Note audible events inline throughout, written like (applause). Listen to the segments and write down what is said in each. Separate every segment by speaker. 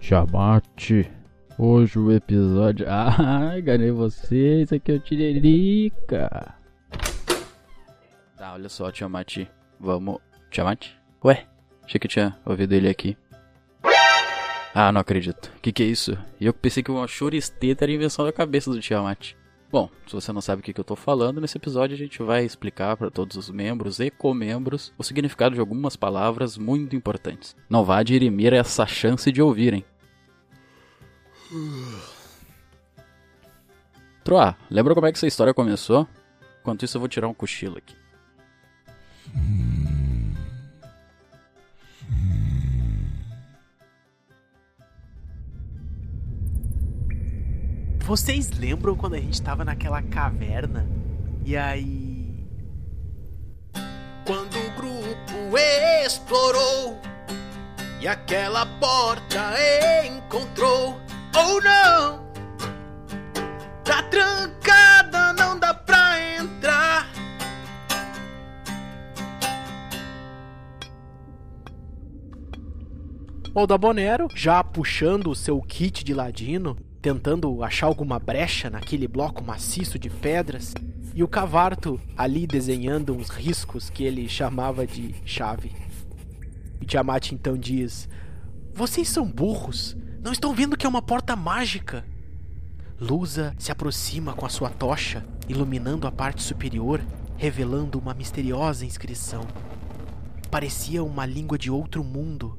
Speaker 1: chamate. Hoje o episódio. (laughs) Ah, enganei vocês. Aqui é o Tiririca. Tá, olha só, Tiamat. Vamos. Tiamat? Ué, achei que eu tinha ouvido ele aqui. Ah, não acredito. Que que é isso? E eu pensei que uma churisteta era invenção da cabeça do Tiamat. Bom, se você não sabe o que que eu tô falando, nesse episódio a gente vai explicar para todos os membros e comembros o significado de algumas palavras muito importantes. Não vá dirimir essa chance de ouvirem. Troá, lembra como é que essa história começou? Enquanto isso eu vou tirar um cochilo aqui.
Speaker 2: Vocês lembram quando a gente tava naquela caverna? E aí.
Speaker 3: quando o grupo explorou e aquela porta encontrou. Ou não, tá trancada, não dá pra entrar.
Speaker 2: O Dabonero, já puxando o seu kit de ladino, tentando achar alguma brecha naquele bloco maciço de pedras, e o Cavarto ali desenhando uns riscos que ele chamava de chave. E Tiamat então diz: Vocês são burros! Não estão vendo que é uma porta mágica! Lusa se aproxima com a sua tocha, iluminando a parte superior, revelando uma misteriosa inscrição. Parecia uma língua de outro mundo.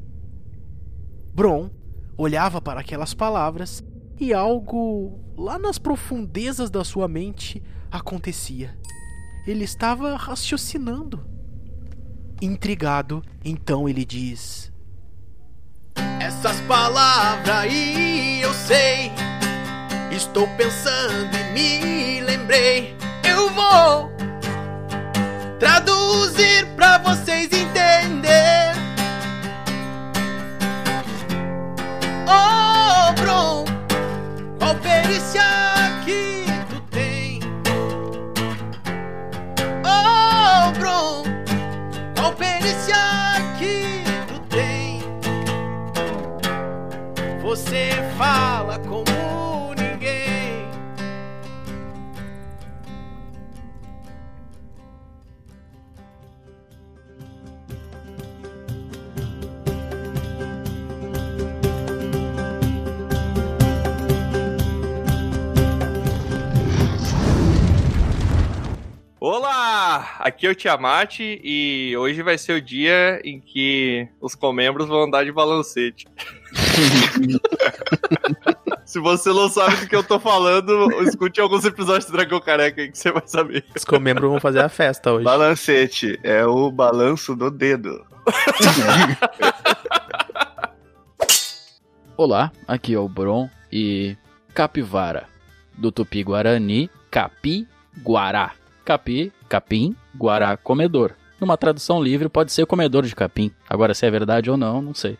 Speaker 2: Bron olhava para aquelas palavras e algo lá nas profundezas da sua mente acontecia. Ele estava raciocinando. Intrigado, então ele diz:
Speaker 3: Essas palavras aí eu sei. Estou pensando e me lembrei. Eu vou traduzir pra vocês entender. Oh, Bron, qual perícia que tu tem? Oh, Bron, qual perícia que tu tem? Você fala como ninguém.
Speaker 4: Olá! Aqui é o Tiamat e hoje vai ser o dia em que os comembros vão andar
Speaker 1: (laughs)
Speaker 4: de balancete. Se você não sabe do que eu tô falando, escute alguns episódios do Dragão Careca aí que você vai saber.
Speaker 2: Os comembros vão fazer a festa hoje.
Speaker 5: Balancete é o balanço do dedo.
Speaker 1: Olá, aqui é o Bron e Capivara, do Tupi Guarani, Capi Guará. Capi, capim, guará, comedor. Numa tradução livre pode ser comedor de capim. Agora se é verdade ou não, não sei.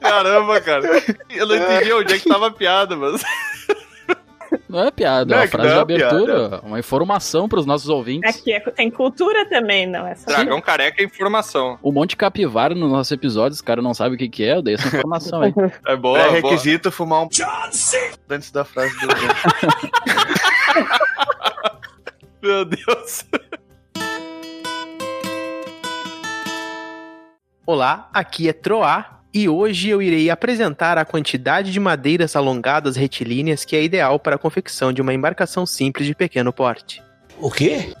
Speaker 4: Caramba, cara. Eu não entendi onde é que tava a piada, mas.
Speaker 1: Não é piada,
Speaker 5: Não,
Speaker 1: é uma
Speaker 5: é que
Speaker 1: frase de
Speaker 5: não é
Speaker 1: abertura, uma informação pros nossos ouvintes.
Speaker 6: Aqui é- tem cultura também, não é só.
Speaker 4: Dragão Careca é informação.
Speaker 1: Um monte de capivara nos nossos episódios, os caras não sabem o que, que é, eu dei essa informação aí.
Speaker 4: É boa,
Speaker 5: é
Speaker 4: é boa.
Speaker 5: requisito fumar um antes da frase do
Speaker 4: Meu Deus.
Speaker 2: Olá, aqui é Troá e hoje eu irei apresentar a quantidade de madeiras alongadas retilíneas que é ideal para a confecção de uma embarcação simples de pequeno porte.
Speaker 7: O quê?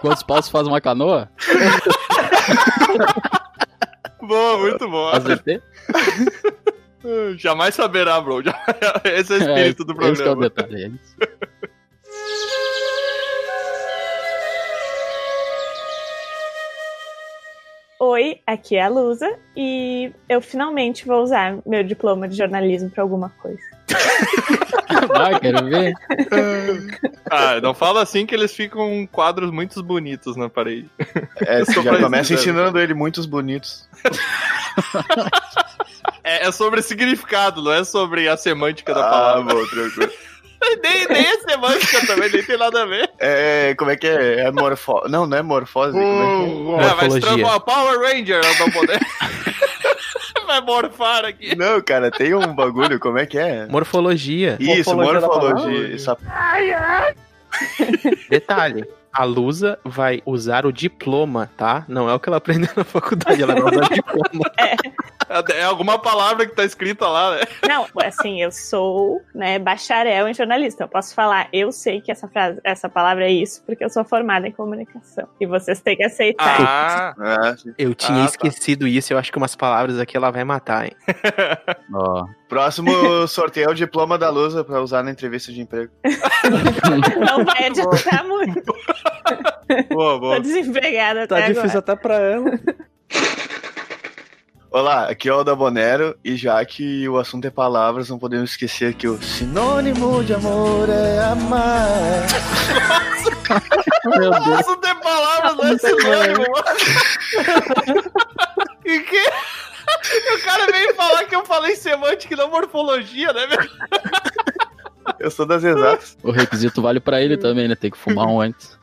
Speaker 1: Quantos paus faz uma canoa?
Speaker 4: Boa, muito boa.
Speaker 1: Acertei?
Speaker 4: Jamais saberá, bro. (laughs) Esse é o espírito do
Speaker 1: Esse que é o
Speaker 4: programa.
Speaker 1: detalhe. é isso.
Speaker 6: Oi, aqui é a Lusa e eu finalmente vou usar meu diploma de jornalismo pra alguma coisa.
Speaker 1: Vai, quero ver.
Speaker 4: Ah, não fala assim que eles ficam quadros muito bonitos na parede.
Speaker 5: (laughs) É, você já
Speaker 4: Mas,
Speaker 5: começa
Speaker 4: sério.
Speaker 5: ensinando ele muitos bonitos.
Speaker 4: É, é sobre significado, não é
Speaker 5: Ah.
Speaker 4: sobre a semântica da palavra. (laughs)
Speaker 5: bom, tranquilo.
Speaker 4: Nem, nem a semântica também, nem tem nada a ver.
Speaker 5: É, como é que é? É morfose. Não, não é morfose. Como
Speaker 4: Ah, vai se
Speaker 2: Morfologia.
Speaker 4: transformar Power Ranger, eu não poder. (laughs) vai morfar
Speaker 5: é que...
Speaker 4: aqui.
Speaker 5: Não, cara, tem um bagulho, como é que é?
Speaker 2: Morfologia.
Speaker 5: Isso,
Speaker 7: Morfologia da
Speaker 5: morfologia. Essa...
Speaker 2: Detalhe. A Lusa vai usar o diploma, tá? Não é o que ela aprendeu na faculdade, ela vai usar o diploma.
Speaker 4: É alguma palavra que tá escrita lá, né?
Speaker 6: Não, (laughs) assim, eu sou, né, bacharel em jornalista. Eu posso falar, eu sei que essa frase, essa palavra é isso, porque eu sou formada em comunicação. E vocês têm que aceitar.
Speaker 4: Ah,
Speaker 5: Ah, sim.
Speaker 2: Eu tinha
Speaker 5: Ah, tá.
Speaker 2: esquecido isso, eu acho que umas palavras aqui ela vai matar, hein?
Speaker 1: Ó.
Speaker 5: (laughs) Próximo sorteio é o diploma da Lusa pra usar na entrevista de emprego.
Speaker 6: (laughs) Não vai adiantar muito.
Speaker 5: Boa,
Speaker 6: Tô
Speaker 5: boa.
Speaker 6: desempregada
Speaker 7: Tá
Speaker 6: até
Speaker 7: difícil
Speaker 6: agora.
Speaker 7: até pra ela.
Speaker 5: Olá, aqui é o Dabonero e já que o assunto é palavras, não podemos esquecer que o sinônimo de amor é amar.
Speaker 1: Meu Deus.
Speaker 4: Nossa, não tem palavras, não é sinônimo. (laughs) E que? O cara veio falar que eu falei semântica e não morfologia, né, meu?
Speaker 5: Eu sou das exatas.
Speaker 1: O requisito vale pra ele também, né? Tem que fumar um antes.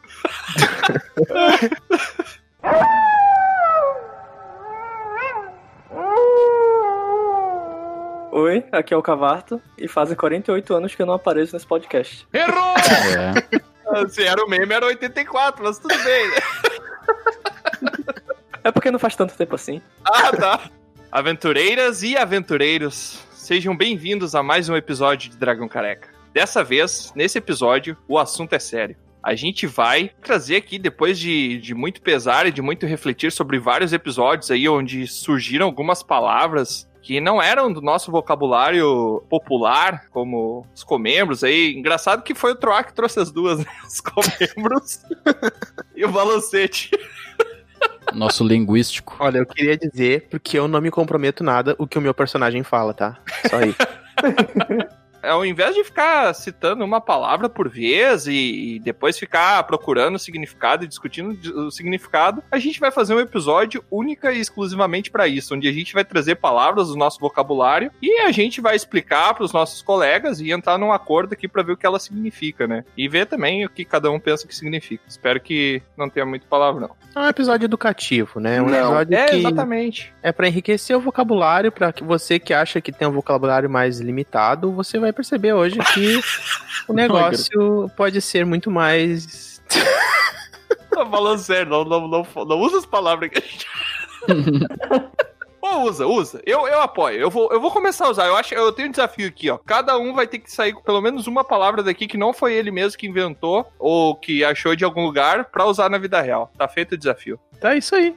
Speaker 7: Oi, aqui é o Cavarto e fazem 48 anos que eu não apareço nesse podcast.
Speaker 4: Errou!
Speaker 1: É.
Speaker 4: Se era o meme, era 84, mas tudo bem, né?
Speaker 7: É porque não faz tanto tempo (laughs) assim.
Speaker 4: Ah, tá. Aventureiras e aventureiros, sejam bem-vindos a mais um episódio de Dragão Careca. Dessa vez, nesse episódio, o assunto é sério. A gente vai trazer aqui, depois de, de muito pesar e de muito refletir sobre vários episódios aí, onde surgiram algumas palavras que não eram do nosso vocabulário popular, como os comembros aí. Engraçado que foi o Troá que trouxe as duas, né? Os comembros e o balancete.
Speaker 1: Nosso linguístico.
Speaker 2: Olha, eu queria dizer, porque eu não me comprometo nada o que o meu personagem fala, tá?
Speaker 7: (laughs)
Speaker 2: Só isso.
Speaker 4: ao invés de ficar citando uma palavra por vez e, e depois ficar procurando o significado e discutindo de- o significado, a gente vai fazer um episódio única e exclusivamente para isso, onde a gente vai trazer palavras do nosso vocabulário e a gente vai explicar para os nossos colegas e entrar num acordo aqui para ver o que ela significa, né? E ver também o que cada um pensa que significa. Espero que não tenha muito palavrão.
Speaker 2: É um episódio educativo, né? É um
Speaker 5: Não.
Speaker 2: episódio
Speaker 4: É,
Speaker 2: que
Speaker 4: exatamente.
Speaker 2: é pra enriquecer o vocabulário, pra que você que acha que tem um vocabulário mais limitado, você vai perceber hoje que o negócio pode ser muito mais.
Speaker 4: Tô Tá falando sério, não, não, não, não usa as palavras que a gente. Ou usa, usa. Eu, eu apoio. Eu vou, eu vou começar a usar. Eu acho, eu tenho um desafio aqui, ó. Cada um vai ter que sair com pelo menos uma palavra daqui que não foi ele mesmo que inventou ou que achou de algum lugar pra usar na vida real. Tá feito o desafio.
Speaker 2: Tá isso aí.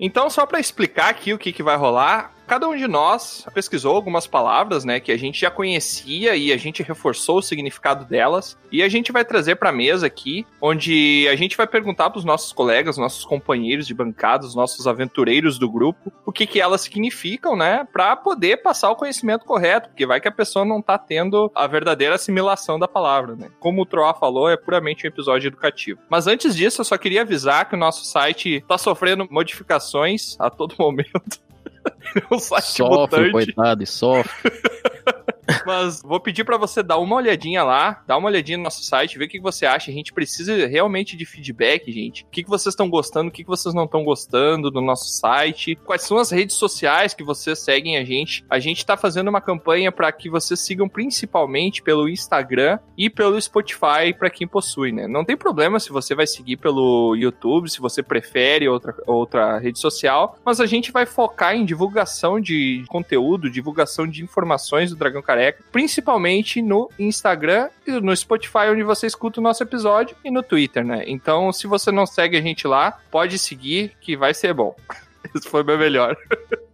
Speaker 4: Então, só pra explicar aqui o que, que vai rolar, cada um de nós pesquisou algumas palavras, né, que a gente já conhecia e a gente reforçou o significado delas, e a gente vai trazer pra mesa aqui, onde a gente vai perguntar pros nossos colegas, nossos companheiros de bancada, os nossos aventureiros do grupo, o que que elas significam, né, Pra poder passar o conhecimento correto, porque vai que a pessoa não tá tendo a verdadeira assimilação da palavra, né? Como o Troá falou, é puramente um episódio educativo. Mas antes disso, eu só queria avisar que o nosso site tá sofrendo modificações a todo momento. (laughs) É um site
Speaker 1: Sofre,
Speaker 4: mutante.
Speaker 1: coitado, e sofre.
Speaker 4: Mas vou pedir pra você dar uma olhadinha lá, dá uma olhadinha no nosso site, ver o que você acha. A gente precisa realmente de feedback, gente. O que que vocês estão gostando, o que que vocês não estão gostando do nosso site, quais são as redes sociais que vocês seguem a gente. A gente tá fazendo uma campanha pra que vocês sigam principalmente pelo Instagram e pelo Spotify pra quem possui, né? Não tem problema se você vai seguir pelo YouTube, se você prefere outra, outra rede social, mas a gente vai focar em divulgação de conteúdo, divulgação de informações do Dragão Careca, principalmente no Instagram e no Spotify, onde você escuta o nosso episódio, e no Twitter, né? Então, se você não segue a gente lá, pode seguir, que vai ser bom. (laughs) Esse foi meu melhor.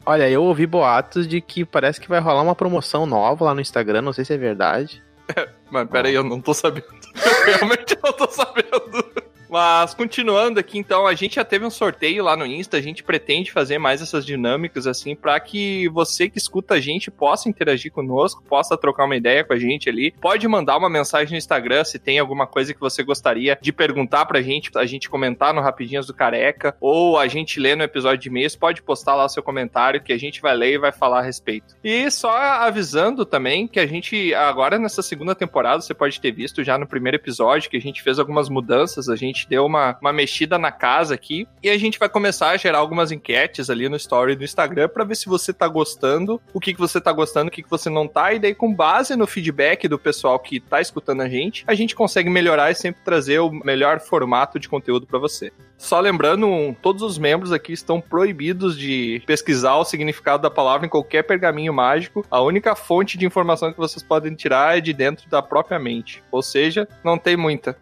Speaker 2: Olha, eu ouvi boatos de que parece que vai rolar uma promoção nova lá no Instagram, não sei se é verdade.
Speaker 4: (laughs) Mas peraí, eu não tô sabendo. Eu realmente não tô sabendo. Mas continuando aqui, então, a gente já teve um sorteio lá no Insta, a gente pretende fazer mais essas dinâmicas, assim, para que você que escuta a gente possa interagir conosco, possa trocar uma ideia com a gente ali. Pode mandar uma mensagem no Instagram se tem alguma coisa que você gostaria de perguntar pra gente, a gente comentar no Rapidinhas do Careca, ou a gente lê no episódio de e-mails, pode postar lá o seu comentário que a gente vai ler e vai falar a respeito. E só avisando também que a gente, agora nessa segunda temporada, você pode ter visto já no primeiro episódio que a gente fez algumas mudanças, a gente deu uma, uma mexida na casa aqui e a gente vai começar a gerar algumas enquetes ali no story do Instagram pra ver se você tá gostando, o que, que você tá gostando, o que, que você não tá, e daí com base no feedback do pessoal que tá escutando a gente, a gente consegue melhorar e sempre trazer o melhor formato de conteúdo pra você. Só lembrando, um, todos os membros aqui estão proibidos de pesquisar o significado da palavra em qualquer pergaminho mágico. A única fonte de informação que vocês podem tirar é de dentro da própria mente. Ou seja, não tem muita.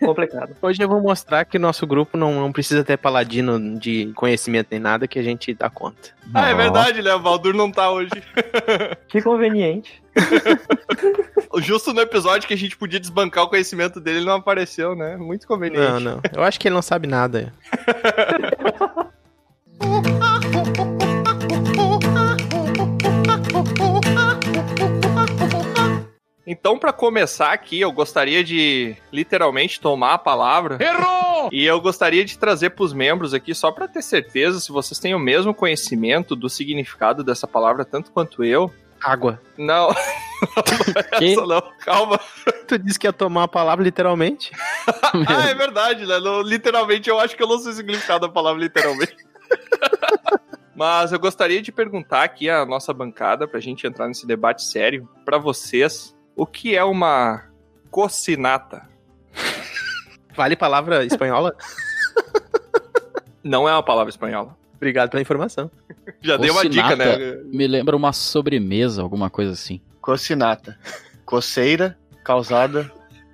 Speaker 7: Complicado.
Speaker 2: Hoje eu vou mostrar que nosso grupo não, não precisa ter paladino de conhecimento nem nada, que a gente dá conta.
Speaker 4: Ah, é verdade, né? O Valdur não tá hoje. (laughs)
Speaker 7: Que conveniente.
Speaker 4: Justo no episódio que a gente podia desbancar o conhecimento dele, ele não apareceu, né? Muito conveniente.
Speaker 2: Não, não. Eu acho que ele não sabe nada.
Speaker 4: Então, pra começar aqui, eu gostaria de literalmente tomar a palavra. Errou! E eu gostaria de trazer pros membros aqui, só pra ter certeza se vocês têm o mesmo conhecimento do significado dessa palavra, tanto quanto eu.
Speaker 2: Água.
Speaker 4: Não, (laughs) não é
Speaker 1: Que?
Speaker 4: essa não, calma.
Speaker 2: Tu disse que ia tomar a palavra literalmente?
Speaker 4: Ah, é verdade, né? Não, literalmente, eu acho que eu não sei o significado da palavra literalmente. (laughs) Mas eu gostaria de perguntar aqui à nossa bancada, pra gente entrar nesse debate sério, pra vocês, o que é uma cocinata?
Speaker 2: Vale palavra espanhola?
Speaker 4: Não é uma palavra espanhola.
Speaker 2: Obrigado pela informação.
Speaker 4: Já dei uma dica,
Speaker 1: Cocinata.
Speaker 4: né?
Speaker 1: Me lembra uma sobremesa, alguma coisa assim.
Speaker 5: Cocinata. Coceira causada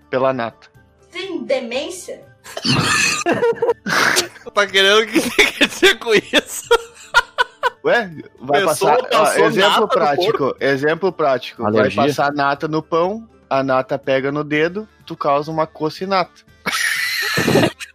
Speaker 5: pela nata.
Speaker 8: Tem demência?
Speaker 4: Tá querendo que (laughs) você quer dizer com isso?
Speaker 5: Ué, vai
Speaker 4: Pessoa
Speaker 5: passar.
Speaker 4: passou
Speaker 5: ó,
Speaker 4: nata no
Speaker 5: exemplo prático. Exemplo prático.
Speaker 1: Alergia?
Speaker 5: Vai passar nata no pão, a nata pega no dedo, tu causa uma cocinata.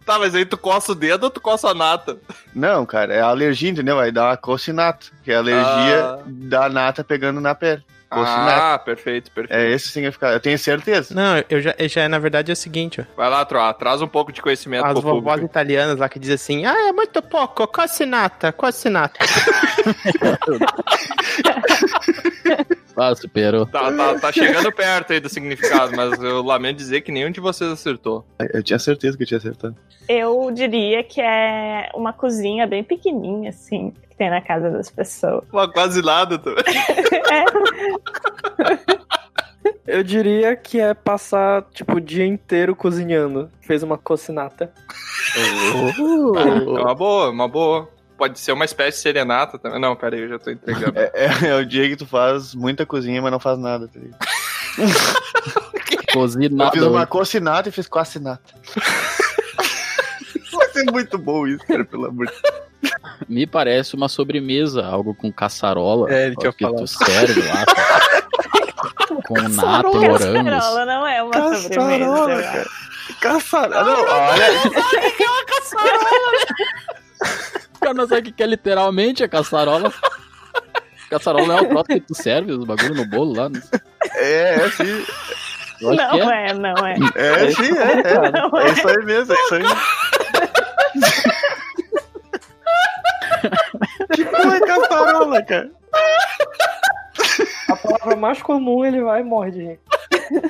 Speaker 4: Tá, mas aí tu coça o dedo ou tu coça a nata?
Speaker 5: Não, cara, é alergia, entendeu? Vai dar uma cocinata, que é a alergia
Speaker 4: Ah.
Speaker 5: da nata pegando na pele. Cocinata.
Speaker 4: Ah, perfeito, perfeito.
Speaker 5: É esse o significado. Eu tenho certeza.
Speaker 2: Não, eu já, eu já na verdade é o seguinte, ó.
Speaker 4: Vai lá, Troá, traz um pouco de
Speaker 7: É
Speaker 4: conhecimento
Speaker 2: As
Speaker 4: pro público.
Speaker 2: vovós italianas lá que dizem assim, ah, é muito pouco, cocinata, cocinata.
Speaker 1: Ah, superou.
Speaker 4: Tá, tá, tá chegando perto aí do significado, mas eu lamento dizer que nenhum de vocês acertou.
Speaker 5: Eu tinha certeza que eu tinha acertado.
Speaker 6: Eu diria que é uma cozinha bem pequenininha, assim, que tem na casa das pessoas. (laughs)
Speaker 4: Mas quase nada também.
Speaker 6: É,
Speaker 7: Eu diria que é passar, tipo, o dia inteiro cozinhando. Fez uma cocinata. (laughs)
Speaker 4: É uma boa, é uma boa. Pode ser uma espécie de serenata também. Não, pera aí, eu já tô entregando. (laughs)
Speaker 5: É, é- é o dia que tu faz muita cozinha, mas não faz nada. Tá ligado? eu
Speaker 1: Cozinada.
Speaker 5: fiz uma cocinata e fiz cocinata. (laughs) Vai ser muito bom isso, cara, pelo amor de Deus.
Speaker 1: Me parece uma sobremesa, algo com caçarola.
Speaker 2: É, ele tinha
Speaker 1: ó, que
Speaker 2: falado.
Speaker 1: tu serve lá. com nata e morangos.
Speaker 6: Caçarola não é uma
Speaker 5: Caçarola,
Speaker 6: sobremesa.
Speaker 5: cara. Caçarola. Não, olha,
Speaker 1: O cara não sabe o que é literalmente a caçarola. Caçarola é o prato que tu serve, os bagulho no bolo lá. Não sei.
Speaker 5: é, é assim.
Speaker 1: Eu acho que
Speaker 6: Não é, não é.
Speaker 5: É assim, é. É,
Speaker 6: Não
Speaker 5: é
Speaker 6: é.
Speaker 5: isso aí mesmo, é isso
Speaker 2: (laughs)
Speaker 5: aí. Que porra é caçarola, cara?
Speaker 7: A palavra mais comum ele vai e morde.
Speaker 4: É um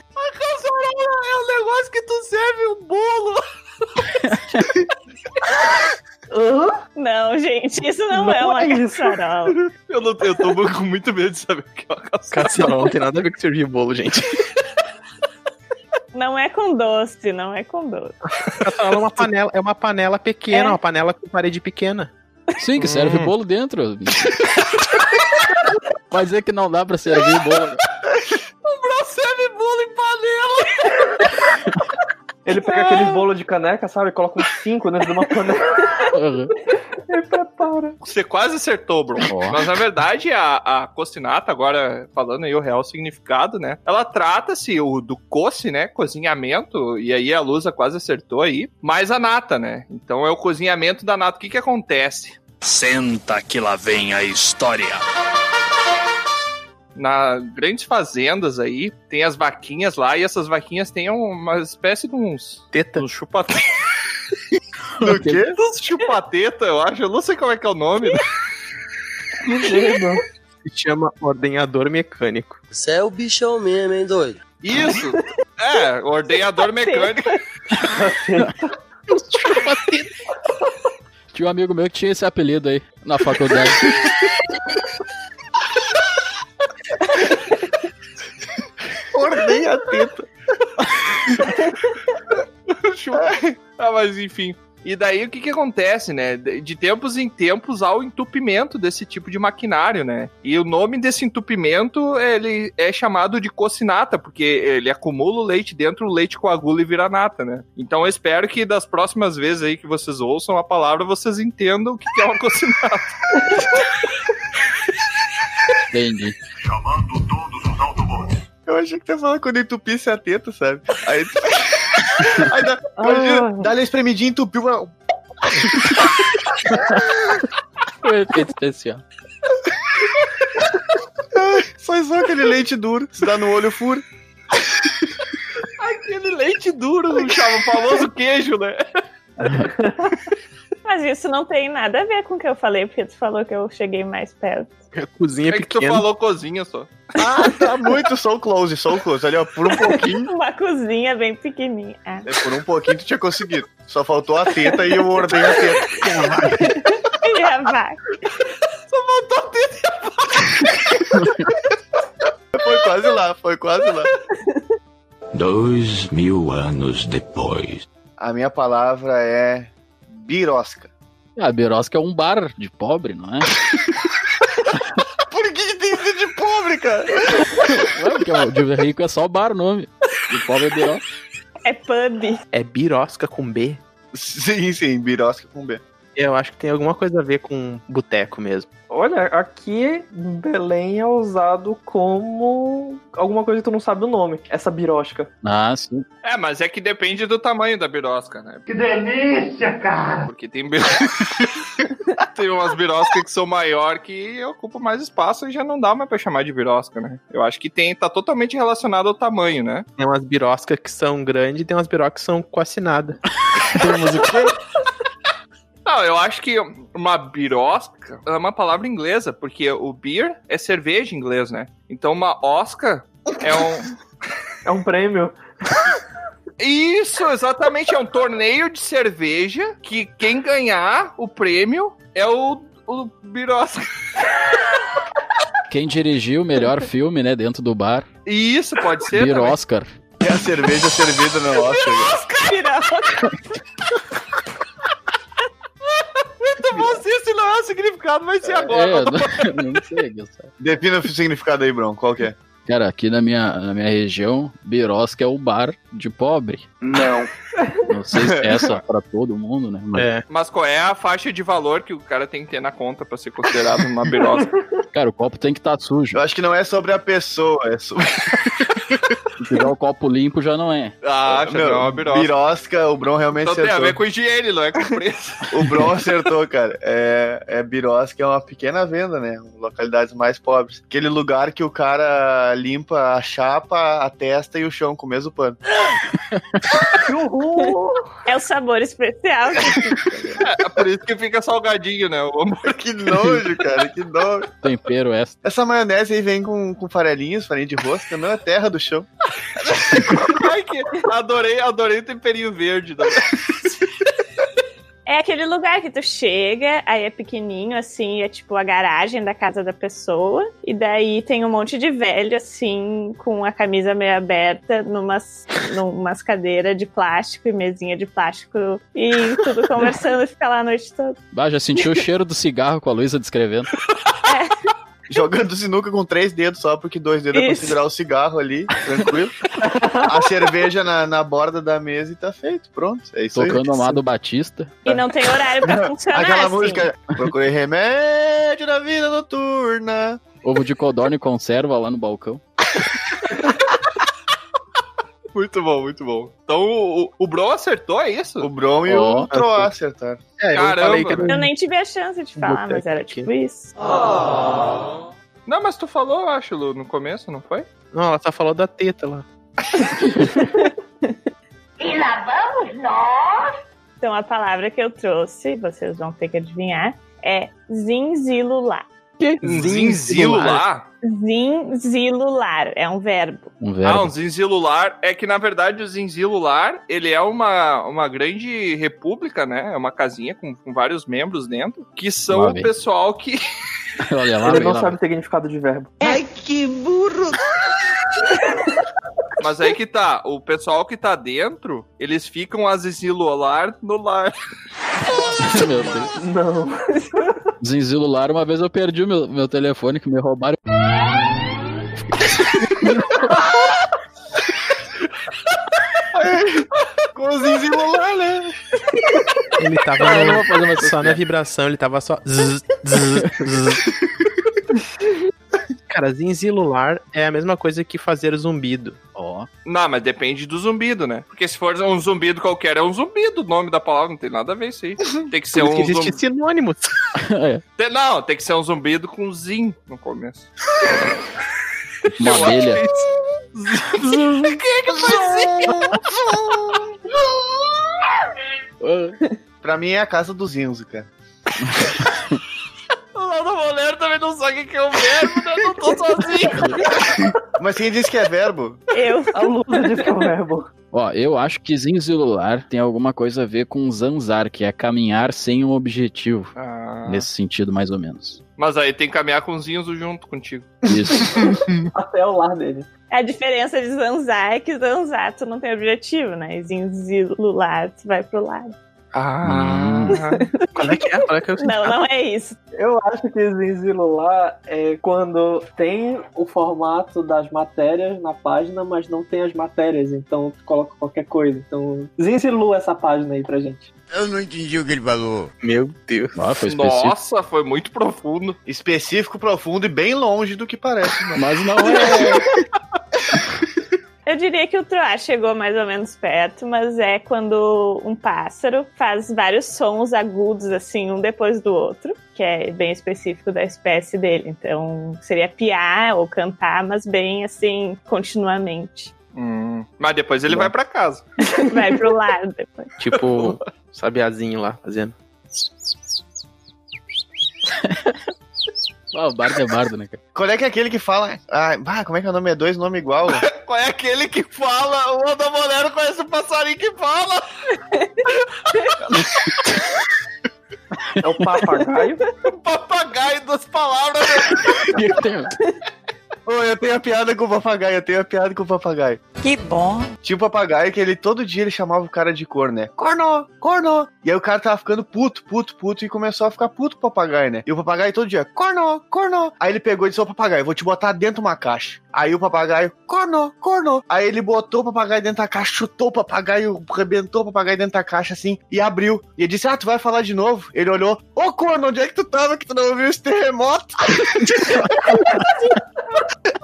Speaker 4: negócio que tu serve um bolo.
Speaker 6: Não, gente, isso não, é
Speaker 7: Não
Speaker 6: uma
Speaker 7: é isso.
Speaker 6: caçarola.
Speaker 4: Eu, não, eu tô com muito medo de saber o que é uma caçarola.
Speaker 2: Caçarola não tem nada a ver com servir bolo, gente.
Speaker 6: Não é com doce, não é com doce.
Speaker 2: Caçarola é uma panela, é uma panela
Speaker 6: É.
Speaker 2: pequena, uma panela com parede pequena.
Speaker 1: Sim, que serve
Speaker 2: Hum.
Speaker 1: bolo dentro. (laughs) Vai dizer que não dá pra servir bolo.
Speaker 7: Ele pega aquele bolo de caneca, sabe? Coloca uns cinco dentro de uma panela.
Speaker 1: Uhum.
Speaker 7: (laughs) Ele prepara para.
Speaker 4: Você quase acertou, Bron.
Speaker 1: Ó.
Speaker 4: (laughs) Mas na verdade, a, a cocinata, agora falando aí o real significado, né? Ela trata-se o do coce, né? Cozinhamento. E aí a Lusa quase acertou aí. Mais a nata, né? Então é o cozinhamento da nata. O que que acontece?
Speaker 9: Senta que lá vem a história.
Speaker 4: nas grandes fazendas aí, tem as vaquinhas lá, e essas vaquinhas têm uma espécie de uns.
Speaker 5: Teta.
Speaker 4: Uns chupateta. (laughs) Do quê? (laughs) Uns chupateta, eu acho. Eu não sei como é que é o (laughs) nome.
Speaker 7: Se chama ordenhador mecânico.
Speaker 10: Você é o bichão mesmo, hein, doido?
Speaker 4: Isso! É, ordenhador mecânico.
Speaker 1: Tinha um amigo meu que tinha esse apelido aí na faculdade.
Speaker 5: Ordem a teta.
Speaker 4: (laughs) ah, mas enfim. E daí o que que acontece, né? De de tempos em tempos há o entupimento desse tipo de maquinário, né? E o nome desse entupimento, ele é chamado de cocinata, porque ele acumula o leite dentro, o leite coagula e vira nata, né? Então eu espero que das próximas vezes aí que vocês ouçam a palavra, vocês entendam o que que é uma cocinata.
Speaker 1: Entendi.
Speaker 5: Eu achei que você falava quando entupisse a teta, sabe? Aí, (laughs) Aí dá,
Speaker 2: Ah.
Speaker 5: imagina,
Speaker 7: Ah,
Speaker 5: dá-lhe a espremidinha e entupiu. uau.
Speaker 1: Foi um efeito especial.
Speaker 5: Sai só aquele leite duro. Se dá no olho, fura.
Speaker 4: Aquele leite duro, (laughs) o famoso queijo, né?
Speaker 6: Mas isso não tem nada a ver com o que eu falei, porque tu falou que eu cheguei mais perto.
Speaker 7: A cozinha
Speaker 4: É que tu
Speaker 7: pequena.
Speaker 4: falou cozinha só.
Speaker 5: Ah, tá muito. Só o close, só o close. Ali, ó, por um pouquinho.
Speaker 6: Uma cozinha bem pequenininha. É.
Speaker 5: Né, por um pouquinho tu tinha conseguido. Só faltou a teta e eu ordei a teta.
Speaker 6: E a vaca.
Speaker 5: Foi quase lá, foi quase lá.
Speaker 9: Dois mil anos depois.
Speaker 5: A minha palavra é birosca.
Speaker 1: A Berosca é um bar de pobre, não é?
Speaker 5: Por que, que tem isso de pobre, cara?
Speaker 1: Ué, porque o de rico é só bar o nome. De pobre é Berosca.
Speaker 6: É pub.
Speaker 7: É birosca com B.
Speaker 5: Sim, sim, birosca com B.
Speaker 7: Eu acho que tem alguma coisa a ver com boteco mesmo.
Speaker 2: Olha,
Speaker 7: Aqui, Belém é usado como alguma coisa que tu não sabe o nome. Essa birosca.
Speaker 1: Ah, sim.
Speaker 4: É, mas é que depende do tamanho da birosca, né?
Speaker 3: Que delícia, cara!
Speaker 4: Porque tem bir- (laughs) Tem umas biroscas que são maior que ocupam mais espaço e já não dá mais pra chamar de birosca, né? Eu acho que tem, tá totalmente relacionado ao tamanho, né?
Speaker 7: Tem umas biroscas que são grandes e tem umas biroscas que são quase nada.
Speaker 4: Não, eu acho que uma birosca é uma palavra inglesa, porque o beer é cerveja em inglês, né? Então uma osca
Speaker 3: (laughs)
Speaker 4: é um.
Speaker 7: É um prêmio.
Speaker 4: Isso, exatamente, é um torneio de cerveja que quem ganhar o prêmio é o, o birosca.
Speaker 1: Quem dirigiu o melhor filme, né, dentro do bar?
Speaker 4: E isso pode ser.
Speaker 1: Bir
Speaker 4: também.
Speaker 1: Oscar.
Speaker 5: E É a cerveja é servida no Oscar.
Speaker 4: (laughs) Então você, se não é o significado, vai ser agora.
Speaker 1: É, não, (laughs) não sei, Gustavo.
Speaker 5: Defina o significado aí, Bron. Qual que é?
Speaker 1: Cara, aqui na minha, na minha região, Birosca é o bar de pobre.
Speaker 5: Não.
Speaker 1: Não sei se é essa pra todo mundo, né? Mas,
Speaker 7: É.
Speaker 4: Mas qual é a faixa de valor que o cara tem que ter na conta pra ser considerado uma birosca?
Speaker 1: cara, o copo tem que estar sujo.
Speaker 5: Eu acho que não é sobre a pessoa, é sobre.
Speaker 1: Se tiver o copo limpo, já não é.
Speaker 4: (laughs) ah, acho que é uma birosca.
Speaker 5: birosca, o Bron realmente é
Speaker 4: Então tem a ver
Speaker 5: acertou.
Speaker 4: com higiene, não é com preço.
Speaker 5: O Bron acertou, cara. É, é Birosca é uma pequena venda, né? Localidades mais pobres. Aquele lugar que o cara limpa a chapa, a testa e o chão com o mesmo pano. (laughs)
Speaker 6: É o sabor especial.
Speaker 4: (laughs) É por isso que fica salgadinho, né? O hambúrguer.
Speaker 5: Que nojo, cara, que nojo.
Speaker 1: Tempero essa.
Speaker 5: Essa maionese aí vem com, com farelinhos, farinha de rosca, não é terra do chão.
Speaker 4: (laughs) Ai, que- Adorei, adorei o temperinho verde. né? Da...
Speaker 6: É aquele lugar que tu chega, aí é pequenininho, assim, é tipo a garagem da casa da pessoa. E daí tem um monte de velho, assim, com a camisa meio aberta, numas, numas cadeiras de plástico e mesinha de plástico. E
Speaker 5: (laughs)
Speaker 6: tudo conversando, fica lá a noite toda.
Speaker 1: Bah, já senti o cheiro do cigarro com a Luísa descrevendo.
Speaker 5: Jogando sinuca com três dedos só, porque dois dedos é pra
Speaker 6: Isso.
Speaker 5: segurar o cigarro ali, tranquilo. a cerveja na, na borda da mesa e tá feito, pronto. É isso
Speaker 1: Tocando
Speaker 5: aí.
Speaker 1: o Amado Batista.
Speaker 6: E não tem horário pra funcionar.
Speaker 5: Aquela
Speaker 6: assim.
Speaker 5: música, procurei remédio na vida noturna.
Speaker 1: Ovo de codorna e conserva lá no balcão.
Speaker 4: Muito bom, muito bom. Então o, o- o Bron acertou, é isso?
Speaker 5: O Bron e
Speaker 1: Ó.
Speaker 5: o Tro acertaram.
Speaker 2: É,
Speaker 4: Caramba.
Speaker 6: Eu nem tive a chance de falar, mas era tipo isso.
Speaker 4: Não, mas tu falou, eu acho, Lu, no começo, não foi?
Speaker 2: Não, ela só falou da teta lá.
Speaker 8: E lá vamos nós.
Speaker 6: Então a palavra que eu trouxe, vocês vão ter que adivinhar, é zinzilular.
Speaker 4: Zinzilular?
Speaker 6: Zinzilular é um verbo.
Speaker 1: Um
Speaker 4: Ah,
Speaker 1: verbo.
Speaker 4: um zinzilular. É que, na verdade, o zinzilular, ele é uma, uma grande república, né? É uma casinha com, com vários membros dentro, que são
Speaker 1: Lá
Speaker 4: o
Speaker 1: vem.
Speaker 4: pessoal que... (laughs)
Speaker 1: (laughs) Olha lá,
Speaker 7: Ele
Speaker 1: vem
Speaker 7: não
Speaker 1: lá.
Speaker 7: sabe o significado de verbo.
Speaker 3: Ai, que burro!
Speaker 4: Mas aí que tá, o pessoal que tá dentro, eles ficam a zinzilular no lar.
Speaker 1: Meu Deus.
Speaker 7: Não.
Speaker 1: (laughs) Zinzilular, uma vez eu perdi o meu, meu telefone que me roubaram.
Speaker 5: Com o Zinzilo lá, né?
Speaker 2: Ele tava na- só na vibração, ele tava (laughs) só. zzz, zzz, zzz. Cara, zinzilular é a mesma coisa que fazer zumbido.
Speaker 1: Ó.
Speaker 4: Não, mas depende do zumbido, né? Porque se for um zumbido qualquer, é um zumbido o nome da palavra, não tem nada a ver
Speaker 2: (laughs)
Speaker 4: isso aí. Tem que ser
Speaker 2: Por isso
Speaker 4: um
Speaker 2: que existe
Speaker 4: zumbi-
Speaker 2: sinônimos.
Speaker 1: É,
Speaker 4: Tem- Não, tem que ser um zumbido com zin no começo.
Speaker 1: uma
Speaker 4: Eu
Speaker 1: abelha.
Speaker 4: acho
Speaker 1: Ah,
Speaker 5: Pra mim é a casa do Zinzo, cara.
Speaker 4: que O Lado Moleiro também não sabe o que é o verbo, né? Eu não
Speaker 2: (laughs)
Speaker 4: tô sozinho.
Speaker 5: Mas quem disse que é verbo?
Speaker 6: (laughs) Eu
Speaker 7: A Lusa diz que é o verbo.
Speaker 1: Ó, eu acho que zinzilular tem alguma coisa a ver com zanzar, que é caminhar sem um objetivo.
Speaker 7: Ah.
Speaker 1: Nesse sentido, mais ou
Speaker 7: (laughs)
Speaker 1: menos.
Speaker 4: Mas aí tem que caminhar com o Zinzo junto contigo.
Speaker 1: Isso.
Speaker 7: Até o lar dele.
Speaker 6: A diferença de zanzar é que zanzar tu não tem objetivo, né? E Zinzilular tu vai pro lado.
Speaker 1: Ah.
Speaker 2: (laughs) Qual é que é? Qual é que é o
Speaker 6: Não, não é isso.
Speaker 7: Eu acho que zinzilular é quando tem o formato das matérias na página, mas não tem as matérias, então tu coloca qualquer coisa. Então, zinzilu essa página aí pra gente.
Speaker 9: Eu não entendi o que ele falou.
Speaker 5: Meu Deus.
Speaker 1: Ó, foi específico.
Speaker 4: Nossa, foi muito profundo.
Speaker 5: Específico, profundo e bem longe do que parece, né? mano.
Speaker 1: Mas não é.
Speaker 6: Eu diria que o troar chegou mais ou menos perto, mas é quando um pássaro faz vários sons agudos, assim, um depois do outro, que é bem específico da espécie dele. Então, seria piar ou cantar, mas bem, assim, continuamente.
Speaker 4: Mas depois ele vai pra casa.
Speaker 6: Vai pro lado depois.
Speaker 2: Tipo, sabiazinho lá fazendo.
Speaker 1: Ah, o bardo é bardo, né,
Speaker 5: (laughs)
Speaker 1: cara?
Speaker 5: Qual é que é aquele que fala? Ah, bah, como é que é o nome? É dois nomes igual?
Speaker 4: Qual é aquele que fala? O Lado Moleiro conhece o passarinho que fala. (laughs)
Speaker 7: É o (laughs) papagaio?
Speaker 4: O papagaio das palavras. né?
Speaker 5: Ô, eu tenho a piada com o papagaio, eu tenho a piada com o papagaio.
Speaker 3: Que bom!
Speaker 5: Tinha um papagaio que ele todo dia ele chamava o cara de corno, né? Corno, corno. E aí o cara tava ficando puto, puto, puto e começou a ficar puto com o papagaio, né? E o papagaio todo dia, corno, corno. Aí ele pegou e disse ao papagaio, vou te botar dentro de uma caixa. Aí o papagaio, corno, corno. Aí ele botou o papagaio dentro da caixa, chutou o papagaio, rebentou o papagaio dentro da caixa assim e abriu. E ele disse, ah, tu vai falar de novo? Ele olhou, ô corno, onde é que tu tava que tu não ouviu esse terremoto?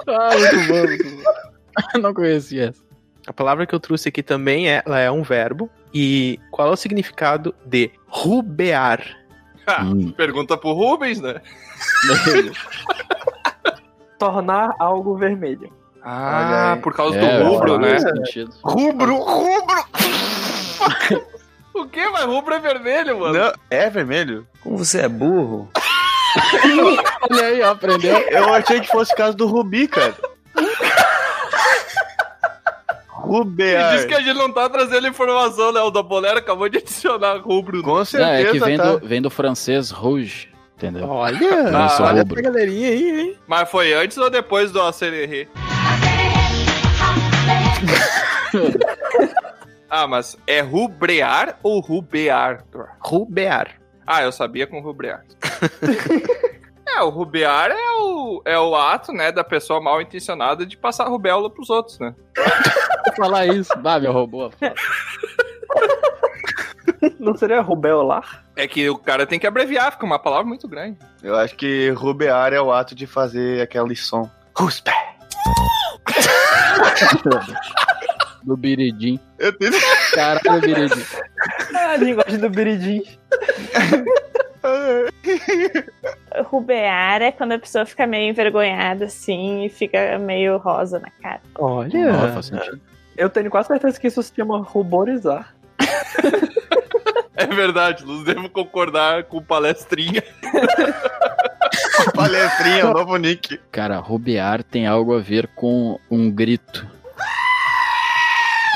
Speaker 1: Ah, muito bom, muito bom. Não conhecia essa.
Speaker 2: A palavra que eu trouxe aqui também é, ela é um verbo. E qual é o significado de rubear?
Speaker 4: Ah,
Speaker 1: Hum.
Speaker 4: (laughs) Pergunta pro Rubens, né?
Speaker 7: Tornar algo vermelho.
Speaker 5: Ah,
Speaker 4: por causa
Speaker 1: É,
Speaker 4: do rubro,
Speaker 1: faz
Speaker 4: né?
Speaker 1: sentido.
Speaker 5: Rubro, rubro.
Speaker 4: O que? Mas rubro é vermelho, mano.
Speaker 5: Não, é vermelho?
Speaker 10: Como você é burro?
Speaker 1: (laughs) Olha aí, ó, aprendeu.
Speaker 5: Eu achei que fosse o caso do Rubi, cara.
Speaker 4: Ele diz
Speaker 5: Rubear.
Speaker 4: que a gente não tá trazendo informação, né? O da Bolera acabou de adicionar rubro. né?
Speaker 5: Com
Speaker 1: Não, é
Speaker 5: certeza,
Speaker 1: que vem,
Speaker 5: tá?
Speaker 1: do, vem do francês rouge, entendeu?
Speaker 2: Olha,
Speaker 1: Não, só
Speaker 5: Ah,
Speaker 2: olha
Speaker 1: rubro.
Speaker 2: essa galerinha aí, hein?
Speaker 4: Mas foi antes ou depois do (laughs) ACRR? ah, mas é rubrear ou rubear?
Speaker 2: Rubear.
Speaker 4: Ah, eu sabia com rubrear. (laughs) É, o rubear é o, é o ato, né, da pessoa mal intencionada de passar rubéola pros outros, né?
Speaker 1: falar isso. Bah, Ah, meu robô.
Speaker 7: Não seria rubeolar?
Speaker 4: É que o cara tem que abreviar, fica uma palavra muito grande.
Speaker 5: Eu acho que rubear é o ato de fazer aquele som. Ruspe!
Speaker 1: Do Biridim.
Speaker 5: Eu tenho...
Speaker 1: Caralho, Biridim.
Speaker 7: Ah, a linguagem do Biridim.
Speaker 6: Rubear é quando a pessoa fica meio envergonhada, assim, e fica meio rosa na cara.
Speaker 7: Olha.
Speaker 1: Não, faz sentido.
Speaker 7: Eu tenho quase certeza que isso se chama ruborizar.
Speaker 4: (laughs) É verdade, nós devemos concordar com o palestrinha.
Speaker 5: Palestrinha, é novo nick.
Speaker 1: Cara, rubear tem algo a ver com um grito.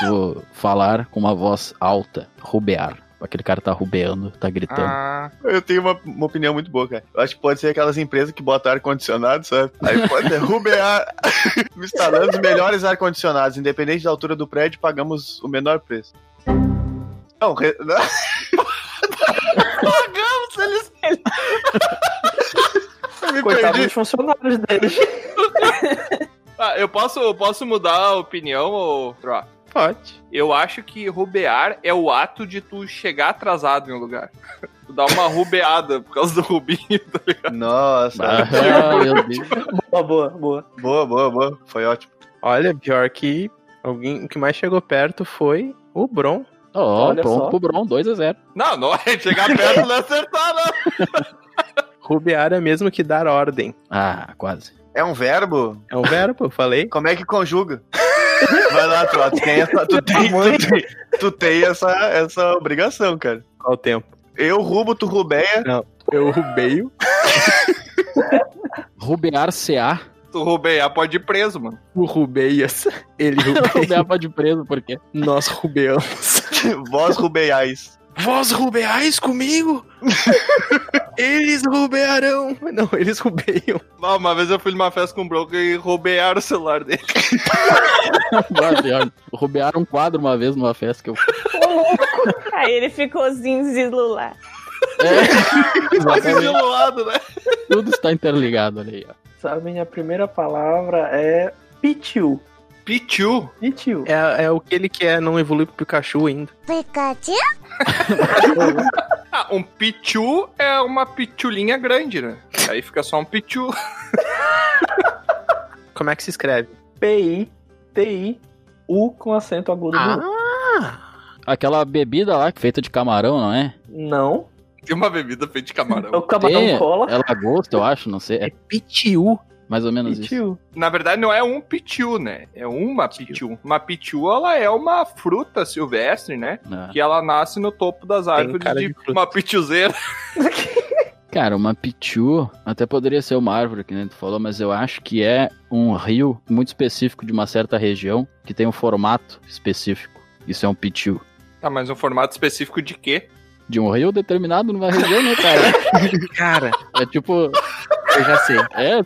Speaker 1: Vou falar com uma voz alta. Rubear. Aquele cara tá rubeando, tá gritando.
Speaker 4: Ah,
Speaker 5: Eu tenho uma, uma opinião muito boa, cara. Eu acho que pode ser aquelas empresas que botam ar-condicionado, sabe? Aí pode ser rubear. (laughs) Instalando os melhores ar-condicionados, independente da altura do prédio, pagamos o menor preço. Não, re... (laughs)
Speaker 4: pagamos eles.
Speaker 5: eu me
Speaker 7: Coitado
Speaker 5: perdi.
Speaker 7: dos funcionários deles.
Speaker 4: Ah, eu posso, eu posso mudar a opinião, ou...
Speaker 5: Pode.
Speaker 4: Eu acho que rubear é o ato de tu chegar atrasado em um lugar. Tu dá uma rubeada por causa do rubinho.
Speaker 5: Nossa.
Speaker 1: Ah, meu Deus.
Speaker 7: Boa, boa, boa.
Speaker 5: Boa, boa, boa. Foi ótimo.
Speaker 11: Olha, pior que alguém, o que mais chegou perto foi o Bron.
Speaker 1: Ó,
Speaker 7: Olha
Speaker 1: pronto
Speaker 7: só.
Speaker 1: pro Bron, 2x0.
Speaker 4: Não, não é chegar perto não é acertar, não.
Speaker 11: Rubear é mesmo que dar ordem.
Speaker 1: Ah, quase.
Speaker 5: É um verbo?
Speaker 11: É um verbo, eu falei.
Speaker 5: Como é que conjuga? (laughs) Vai lá, Troa. Tu tem essa, tu tem, tu tem, tu tem essa, essa obrigação, cara.
Speaker 11: Qual o tempo?
Speaker 5: Eu rubo, tu rubeia. (laughs)
Speaker 11: Eu rubeio.
Speaker 1: Rubear CA.
Speaker 4: Tu rubear pode ir preso, mano.
Speaker 11: Tu rubeias. Ele rubeia.
Speaker 1: Rubear pode preso, por quê?
Speaker 11: Nós rubeamos.
Speaker 5: Vós rubeiais.
Speaker 11: Vós rubeais (laughs) comigo? Eles rubearão. Não, eles rubeiam.
Speaker 4: Ah, Uma vez eu fui numa festa com o Broca e roubearam o celular dele.
Speaker 1: Bah, pior. Rubearam um quadro uma vez numa festa que eu
Speaker 6: Aí ele ficou zinzilo lá.
Speaker 1: É, exatamente.
Speaker 4: Do lado, né?
Speaker 1: Tudo está interligado olha aí. ó.
Speaker 7: Sabe, minha primeira palavra é pitiu.
Speaker 4: Pichu.
Speaker 7: Pitiu.
Speaker 11: É, é o que ele quer, não evolui pro Pikachu ainda.
Speaker 4: Ah, um pichu é uma pichulinha grande, né? Aí fica só um pichu. (laughs)
Speaker 11: Como é que se escreve?
Speaker 7: PI, TI, U com acento agudo no U.
Speaker 1: Aquela bebida lá, feita de camarão, não é?
Speaker 7: Não.
Speaker 4: Tem uma bebida feita de
Speaker 7: É
Speaker 4: camarão.
Speaker 7: o camarão
Speaker 1: Tem-
Speaker 7: cola.
Speaker 1: É lagosta, eu acho, não sei. É
Speaker 11: Pitiu.
Speaker 1: mais ou menos isso.
Speaker 7: Pitiu.
Speaker 4: Na verdade, não é um pichu, né? É uma pichu. Uma pichu, ela é uma fruta silvestre, né?
Speaker 1: Ah.
Speaker 4: Que ela nasce no topo das árvores
Speaker 11: cara
Speaker 4: de,
Speaker 11: de fruta.
Speaker 4: uma pichuzeira.
Speaker 1: Cara, uma pitiu até poderia ser uma árvore, que nem tu falou, mas eu acho que é um rio muito específico de uma certa região que tem um formato específico. Isso é um pitiu.
Speaker 4: Tá, mas um formato específico de quê?
Speaker 1: De um rio determinado numa região, né, cara?
Speaker 11: Cara,
Speaker 1: É tipo.
Speaker 11: eu já sei.
Speaker 1: É,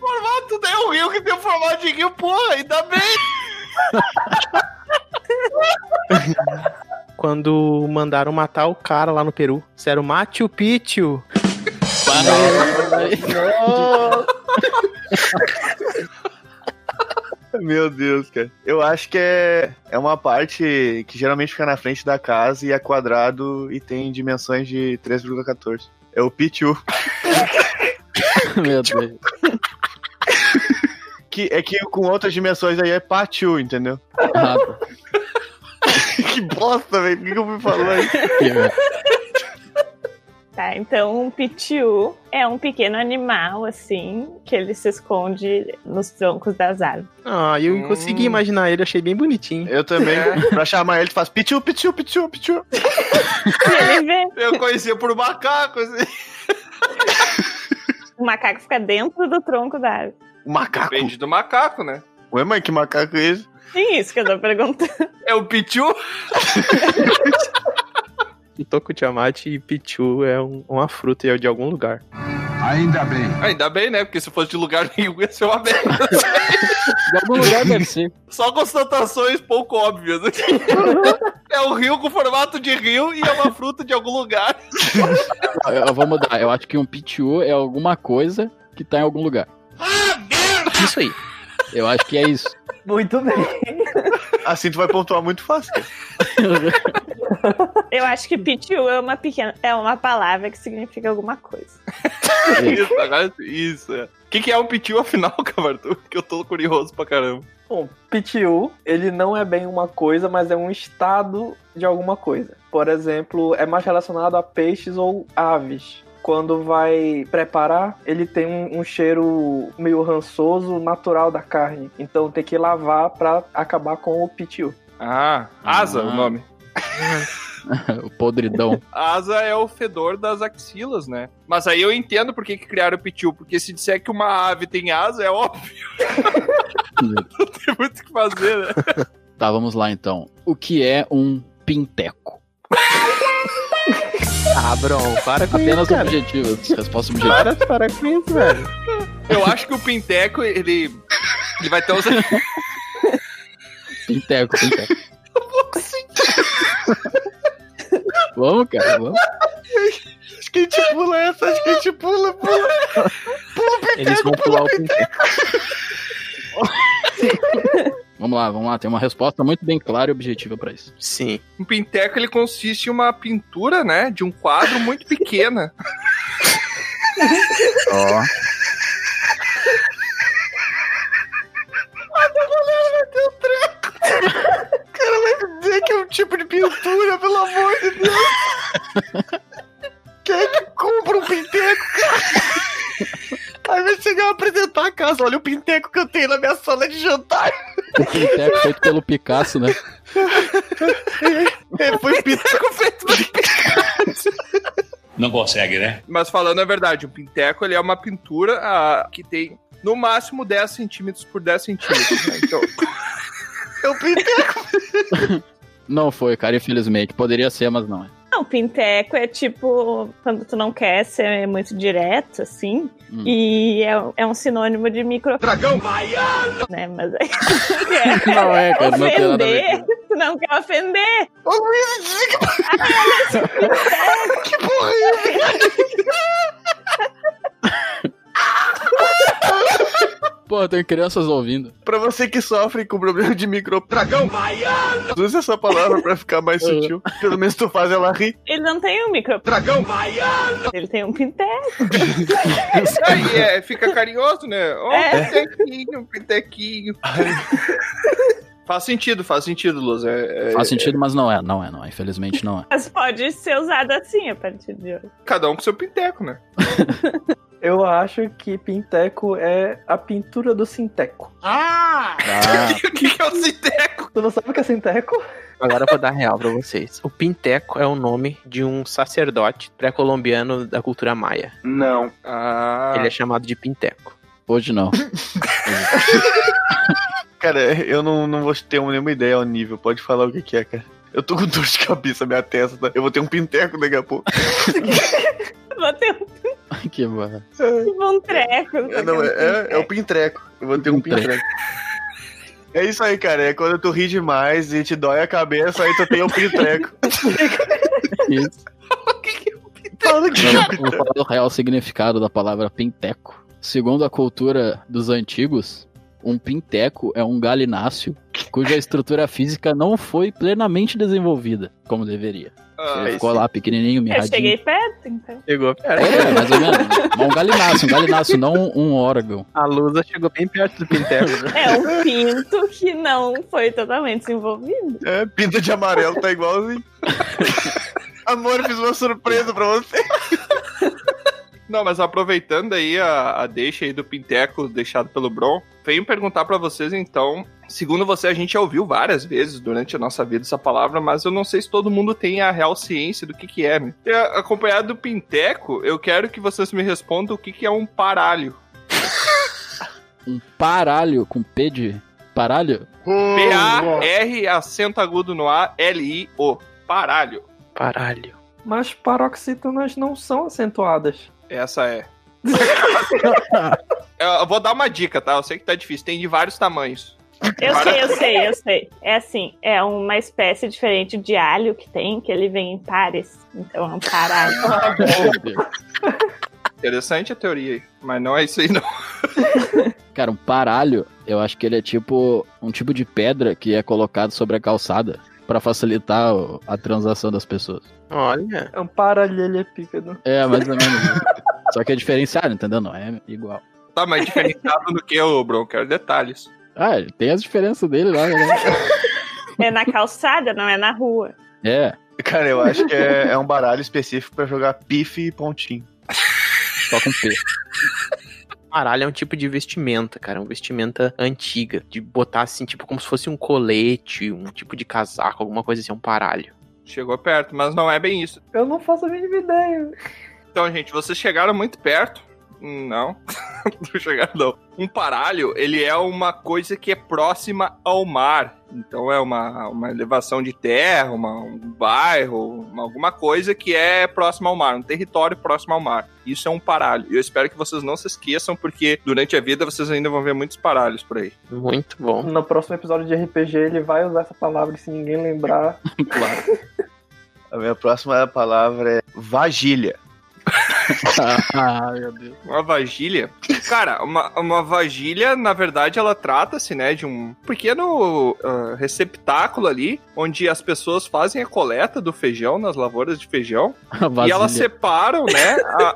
Speaker 4: Tu tem um rio que tem o formato de rio, porra, ainda bem.
Speaker 11: Quando mandaram matar o cara lá no Peru. Disseram Machu Picchu.
Speaker 5: Meu Deus, cara. Eu acho que é, é uma parte que geralmente fica na frente da casa e é quadrado e tem dimensões de 3,14. É o pitiu.
Speaker 1: (laughs) meu Deus.
Speaker 5: Que, é que com outras dimensões aí é patiu, entendeu? (laughs)
Speaker 1: Ah, tá.
Speaker 5: que bosta, velho. Por que, que eu fui falar isso?
Speaker 6: Tá, então um pitiu é um pequeno animal, assim, que ele se esconde nos troncos das árvores.
Speaker 11: Ah, eu
Speaker 4: Hum.
Speaker 11: consegui imaginar ele, achei bem bonitinho.
Speaker 5: Eu também,
Speaker 4: É.
Speaker 5: pra chamar ele, tu faz pitiu, pitiu, pitiu, pitiu.
Speaker 6: Ele vê,
Speaker 4: (laughs) Eu conhecia por macaco, assim.
Speaker 6: o macaco fica dentro do tronco da árvore.
Speaker 5: O macaco.
Speaker 4: Depende do macaco, né?
Speaker 5: Ué, mãe, que macaco é esse?
Speaker 6: Sim, isso que eu tô perguntando.
Speaker 4: É o pichu?
Speaker 11: Eu tô com o Tiamat e Pichu é um- uma fruta e é de algum lugar.
Speaker 4: Ainda bem, né? Porque se fosse de lugar nenhum, ia ser uma merda.
Speaker 1: De algum lugar deve ser.
Speaker 4: Só constatações pouco óbvias. (laughs) é um rio com formato de rio e é uma fruta de algum lugar. (laughs)
Speaker 1: Eu eu vou mudar. Eu acho que um pitiu é alguma coisa que tá em algum lugar.
Speaker 11: Isso aí.
Speaker 1: (laughs) Eu acho que é isso.
Speaker 7: Muito bem.
Speaker 5: Assim tu vai pontuar muito fácil.
Speaker 6: Eu acho que pitiu é uma pequena. É uma palavra que significa alguma coisa.
Speaker 4: É isso, agora isso. é. O que, que é um pitiu afinal, (laughs) Camartu? Que eu tô curioso pra caramba.
Speaker 7: Bom, PTU, ele não é bem uma coisa, mas é um estado de alguma coisa. Por exemplo, é mais relacionado a peixes ou aves. Quando vai preparar, ele tem um, um cheiro meio rançoso, natural da carne. Então tem que lavar pra acabar com o PTU.
Speaker 4: Ah, asa o nome.
Speaker 1: o podridão.
Speaker 4: Asa é o fedor das axilas, né? Mas aí eu entendo por que, que criaram o pitiu, porque se disser que uma ave tem asa, é óbvio. (laughs) Não tem muito o que fazer, né?
Speaker 1: Tá, vamos lá então. O que é um pinteco?
Speaker 11: Ah, bro, para (laughs) com
Speaker 1: Apenas
Speaker 11: isso, cara.
Speaker 1: objetivo, resposta objetiva.
Speaker 11: Para, para com isso, velho.
Speaker 4: Eu acho que o Pinteco, ele. Ele vai ter uns. Eu
Speaker 1: Pinteco, pinteco.
Speaker 4: vou conseguir.
Speaker 1: Vamos, cara, vamos.
Speaker 5: Acho que a gente pula essa, acho que a gente pula, pula.
Speaker 11: Eles vão pular o pinteco.
Speaker 1: Vamos lá, vamos lá. Tem uma resposta muito bem clara e objetiva pra isso.
Speaker 11: Sim.
Speaker 4: Um Pinteco, ele consiste em uma pintura, né? De um
Speaker 5: (laughs)
Speaker 4: quadro muito pequena.
Speaker 1: Ó.
Speaker 5: Dizer que é um tipo de pintura, pelo amor de Deus. Quem é que compra um pinteco, cara? Aí vai chegar a apresentar a casa. Olha o pinteco que eu tenho na minha sala de jantar.
Speaker 1: O pinteco feito pelo Picasso, né?
Speaker 5: É,
Speaker 4: (laughs)
Speaker 5: foi pinteco.
Speaker 4: Pinteco feito de
Speaker 12: Não consegue, né?
Speaker 4: Mas falando a verdade, o Pinteco ele é uma pintura ah, que tem no máximo 10 centímetros por 10 centímetros. né? Então,
Speaker 5: É o pinteco.
Speaker 1: Não foi, cara, infelizmente. Poderia ser, mas não é.
Speaker 6: Não, pinteco é tipo quando tu não quer ser muito direto, assim.
Speaker 1: Hum.
Speaker 6: E é, é um sinônônimo de micro.
Speaker 5: (laughs) Dragão
Speaker 6: Né? Mas
Speaker 1: (laughs)
Speaker 6: aí. tu quer
Speaker 1: Não é, cara, não tem nada a ver.
Speaker 6: ofender. Tu não quer ofender.
Speaker 5: Ô, Luiz, diga que porra é essa?
Speaker 1: Pô, tem crianças ouvindo.
Speaker 5: Pra você que sofre com problema de micro... Dragão Uhum. baiano! Usa essa palavra pra ficar mais sutil. Pelo menos tu faz ela rir.
Speaker 6: Ele não tem um micro.
Speaker 5: Dragão baiano!
Speaker 6: Ele tem um pinteco.
Speaker 4: aí é, fica carinhoso, né? Ó,
Speaker 6: É.
Speaker 4: Pintequinho, Pintequinho. faz sentido, faz sentido, Luz. É, é-
Speaker 1: Faz sentido, mas não é, não é, não é. Infelizmente não é.
Speaker 6: Mas pode ser usado assim a partir de hoje.
Speaker 4: cada um com seu Pinteco, né?
Speaker 7: Eu acho que pinteco é a pintura do sinteco.
Speaker 3: Ah!
Speaker 1: Ah,
Speaker 4: (laughs) O que, que é o Pinteco?
Speaker 7: Tu não sabe o que é sinteco?
Speaker 11: Agora eu vou dar real pra vocês. O Pinteco é o nome de um sacerdote pré-colombiano da cultura maia.
Speaker 5: Não.
Speaker 4: Ah,
Speaker 11: Ele é chamado de Pinteco.
Speaker 1: hoje
Speaker 4: (laughs)
Speaker 1: não.
Speaker 5: Cara, eu não, não vou ter nenhuma ideia ao nível. Pode falar o que, que é, cara. Eu tô com dor de cabeça, minha testa. tá? Eu vou ter um pinteco daqui a pouco.
Speaker 6: Vou ter um
Speaker 1: que barra.
Speaker 6: bom treco.
Speaker 5: É, não, é, é, é o pintreco. Eu vou ter um
Speaker 1: Pintreco.
Speaker 5: pintreco. É isso aí, cara. É quando tu ri demais e te dói a cabeça, aí tu tem o pintreco.
Speaker 1: Isso.
Speaker 5: Fala que é o
Speaker 1: Vamos
Speaker 5: pintreco.
Speaker 1: falar do real significado da palavra pinteco. Segundo a cultura dos antigos, um pinteco é um galináceo cuja estrutura física não foi plenamente desenvolvida como deveria.
Speaker 4: ah,
Speaker 1: Ele ficou lá pequenininho,
Speaker 6: Eu
Speaker 1: mirradinho.
Speaker 6: cheguei perto, então.
Speaker 11: Chegou perto.
Speaker 1: É, mais ou menos. Mas um galináceo, um galináceo, não um órgão.
Speaker 11: A Lusa chegou bem perto do Pinteco. (laughs)
Speaker 6: É um pinto que não foi totalmente desenvolvido.
Speaker 5: É, pinta de amarelo,
Speaker 1: (laughs)
Speaker 5: tá igualzinho. Amor, fiz uma surpresa pra você.
Speaker 4: Não, mas aproveitando aí a, a deixa aí do Pinteco deixado pelo Bron, venho perguntar pra vocês então. Segundo você, a gente já ouviu várias vezes durante a nossa vida essa palavra, mas eu não sei se todo mundo tem a real ciência do que que é, né? E a- acompanhado do Pinteco, eu quero que vocês me respondam o que que é um paralho.
Speaker 1: Um paralho com P de paralho?
Speaker 4: P-A-R, acento agudo no A, L-I-O. Paralho.
Speaker 11: Paralho.
Speaker 7: Mas paroxítonas não são acentuadas.
Speaker 4: Essa é. eu vou dar uma dica, tá? Eu sei que tá difícil, tem de vários tamanhos.
Speaker 6: Eu sei, eu sei, eu sei. É assim, é uma espécie diferente de alho que tem, que ele vem em pares. Então é um paralho.
Speaker 1: Meu Deus.
Speaker 4: Interessante a teoria aí, mas não é isso aí não.
Speaker 1: Cara, um paralho, eu acho que ele é tipo um tipo de pedra que é colocado sobre a calçada pra facilitar o- a transação das pessoas.
Speaker 11: Olha.
Speaker 7: É um paralelipípedo.
Speaker 1: É, mais ou menos. isso. Só que é diferenciado, entendeu? Não é igual.
Speaker 4: Tá mais diferenciado do que o Bron, quero detalhes.
Speaker 1: Ah, ele tem as diferenças dele lá, né?
Speaker 6: É na calçada, não é na rua.
Speaker 1: É.
Speaker 5: Cara, eu acho que é, é um baralho específico pra jogar pife e pontinho.
Speaker 1: Só com P.
Speaker 11: Paralho é um tipo de vestimenta, cara. Uma vestimenta antiga. De botar assim, tipo, como se fosse um colete, um tipo de casaco, alguma coisa assim, um paralho.
Speaker 4: Chegou perto, mas não é bem isso.
Speaker 7: Eu não faço a mínima ideia.
Speaker 4: Então, gente, vocês chegaram muito perto. Hum, Não, (laughs) não chegaram não. Um paralho, ele é uma coisa que é próxima ao mar. Então é uma, uma elevação de terra, uma- um bairro, uma- alguma coisa que é próxima ao mar, um território próximo ao mar. Isso é um paralho. E eu espero que vocês não se esqueçam, porque durante a vida vocês ainda vão ver muitos paralhos por aí.
Speaker 11: Muito bom.
Speaker 7: No próximo episódio de RPG ele vai usar essa palavra e se ninguém lembrar.
Speaker 5: A minha próxima palavra é vagília.
Speaker 1: ah, meu Deus.
Speaker 4: Uma vagília? Cara, uma, uma vagília, na verdade, ela trata-se, né, de um pequeno ah, receptáculo ali, onde as pessoas fazem a coleta do feijão nas lavouras de feijão.
Speaker 1: (laughs) vasilha.
Speaker 4: E elas separam, né? a-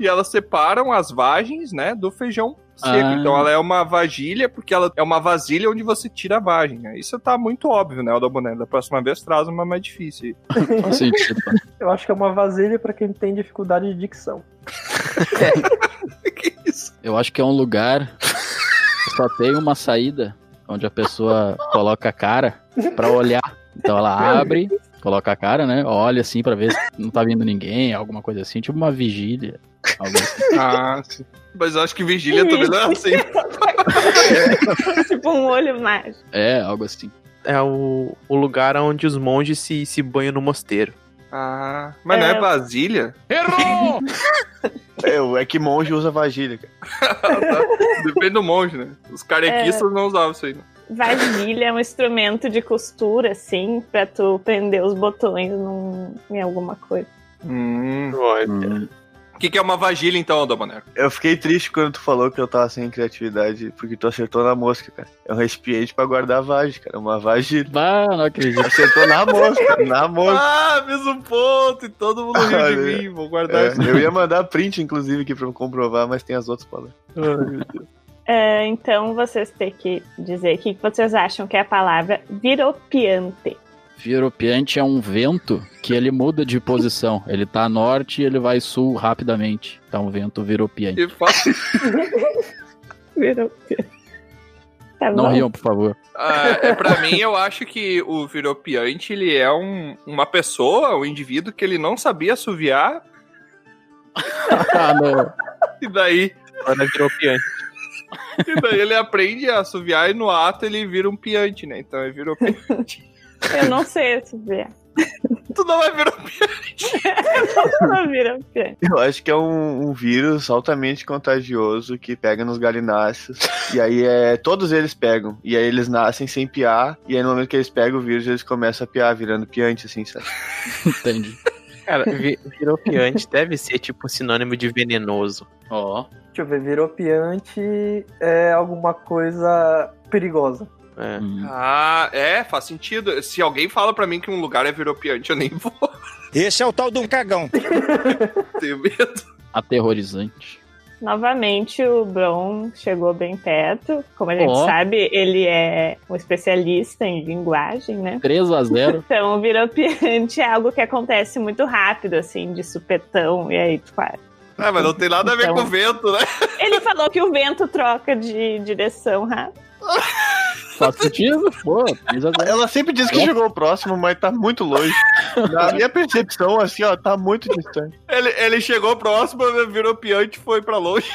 Speaker 4: (laughs) e elas separam as vagens, né, do feijão seco.
Speaker 1: Ah.
Speaker 4: Então ela é uma vagília, porque ela é uma vasilha onde você tira a vagem. né? Isso tá muito óbvio, né, Aldoboné? Da próxima vez traz uma mais difícil.
Speaker 1: Faz sentido.
Speaker 7: Eu acho que é uma vasilha pra quem tem dificuldade de dicção.
Speaker 1: Eu acho que é um lugar que só tem uma saída onde a pessoa coloca a cara pra olhar. Então ela abre, coloca a cara, né? Olha assim pra ver se não tá vindo ninguém, alguma coisa assim, tipo uma vigília. algo assim.
Speaker 4: Ah, sim. Mas eu acho que vigília também não é
Speaker 6: (laughs)
Speaker 4: (laughs) assim.
Speaker 6: tipo um olho mágico.
Speaker 1: É, algo assim.
Speaker 11: É o, o lugar onde os monges se, se banham no mosteiro.
Speaker 4: Ah, mas não é
Speaker 11: É.
Speaker 4: vasilha?
Speaker 11: Errou!
Speaker 5: É, o- é que monge usa vagília, cara.
Speaker 4: Depende do monge, né? Os carequistas não usavam isso aí. né?
Speaker 6: Vasilha é um instrumento de costura, assim, pra tu prender os botões num- em alguma coisa.
Speaker 4: O que, que é uma vagília, então, Aldoboné?
Speaker 5: Eu fiquei triste quando tu falou que eu tava sem criatividade, porque tu acertou na mosca, cara. É um recipiente pra guardar vagem, (laughs) cara. Uma vagília.
Speaker 1: Ah, não acredito.
Speaker 5: Acertou na mosca, na mosca.
Speaker 4: Ah, mesmo ponto, e todo mundo riu de mim. Vou guardar
Speaker 5: É,
Speaker 4: isso.
Speaker 5: eu ia mandar print, inclusive, aqui pra eu comprovar, mas tem as outras palavras.
Speaker 6: É, então vocês têm que dizer o que vocês acham que é a palavra viropiante.
Speaker 1: Firopiante é um vento que ele muda de posição. Ele tá a norte e ele vai sul rapidamente. Tá um vento viropiante.
Speaker 4: E faço...
Speaker 6: viropiante. Tá
Speaker 1: Não
Speaker 6: bom.
Speaker 1: riam, por favor.
Speaker 4: Ah, é, pra mim, eu acho que o viropiante, ele é um, uma pessoa, um indivíduo que ele não sabia assoviar,
Speaker 1: ah, não.
Speaker 4: e daí,
Speaker 11: Ana virou piante.
Speaker 4: e daí ele aprende a assoviar e no ato ele vira um piante, né? Então é viropiante.
Speaker 6: Eu não sei se
Speaker 1: (laughs)
Speaker 6: ver.
Speaker 4: (laughs) tu não é viropiante.
Speaker 6: Eu não sou (laughs) viropiante.
Speaker 5: Eu acho que é um, um vírus altamente contagioso que pega nos galináceos. e aí é. Todos eles pegam. E aí eles nascem sem piar. E aí no momento que eles pegam o vírus, eles começam a piar, virando piante, assim, sabe?
Speaker 1: Entendi.
Speaker 11: Cara, vi, virou (laughs) piante deve ser tipo sinônimo de venenoso.
Speaker 1: Ó.
Speaker 7: Deixa eu ver, viropiante é alguma coisa perigosa.
Speaker 11: É.
Speaker 1: hum,
Speaker 4: Ah, é, faz sentido. Se alguém fala pra mim que um lugar é viropiante, eu nem vou (laughs)
Speaker 9: Esse é o tal do cagão.
Speaker 4: ter medo.
Speaker 1: Aterrorizante.
Speaker 6: Novamente, o Bron chegou bem perto. Como a gente
Speaker 1: Ó.
Speaker 6: sabe, ele é um especialista em linguagem, né?
Speaker 1: 3 a 0
Speaker 6: Então, o viropiante é algo que acontece muito rápido, assim, de supetão, e aí tu faz.
Speaker 4: Ah, mas não tem nada a ver
Speaker 6: Então-
Speaker 4: com o vento, né?
Speaker 6: Ele falou que o vento troca de direção rápido.
Speaker 1: Faz sentido? Pô, 3 a 0
Speaker 5: Ela sempre diz que chegou próximo, mas tá muito longe. Na minha percepção, assim, ó, tá muito distante.
Speaker 4: Ele, ele chegou próximo, virou piante e foi pra longe.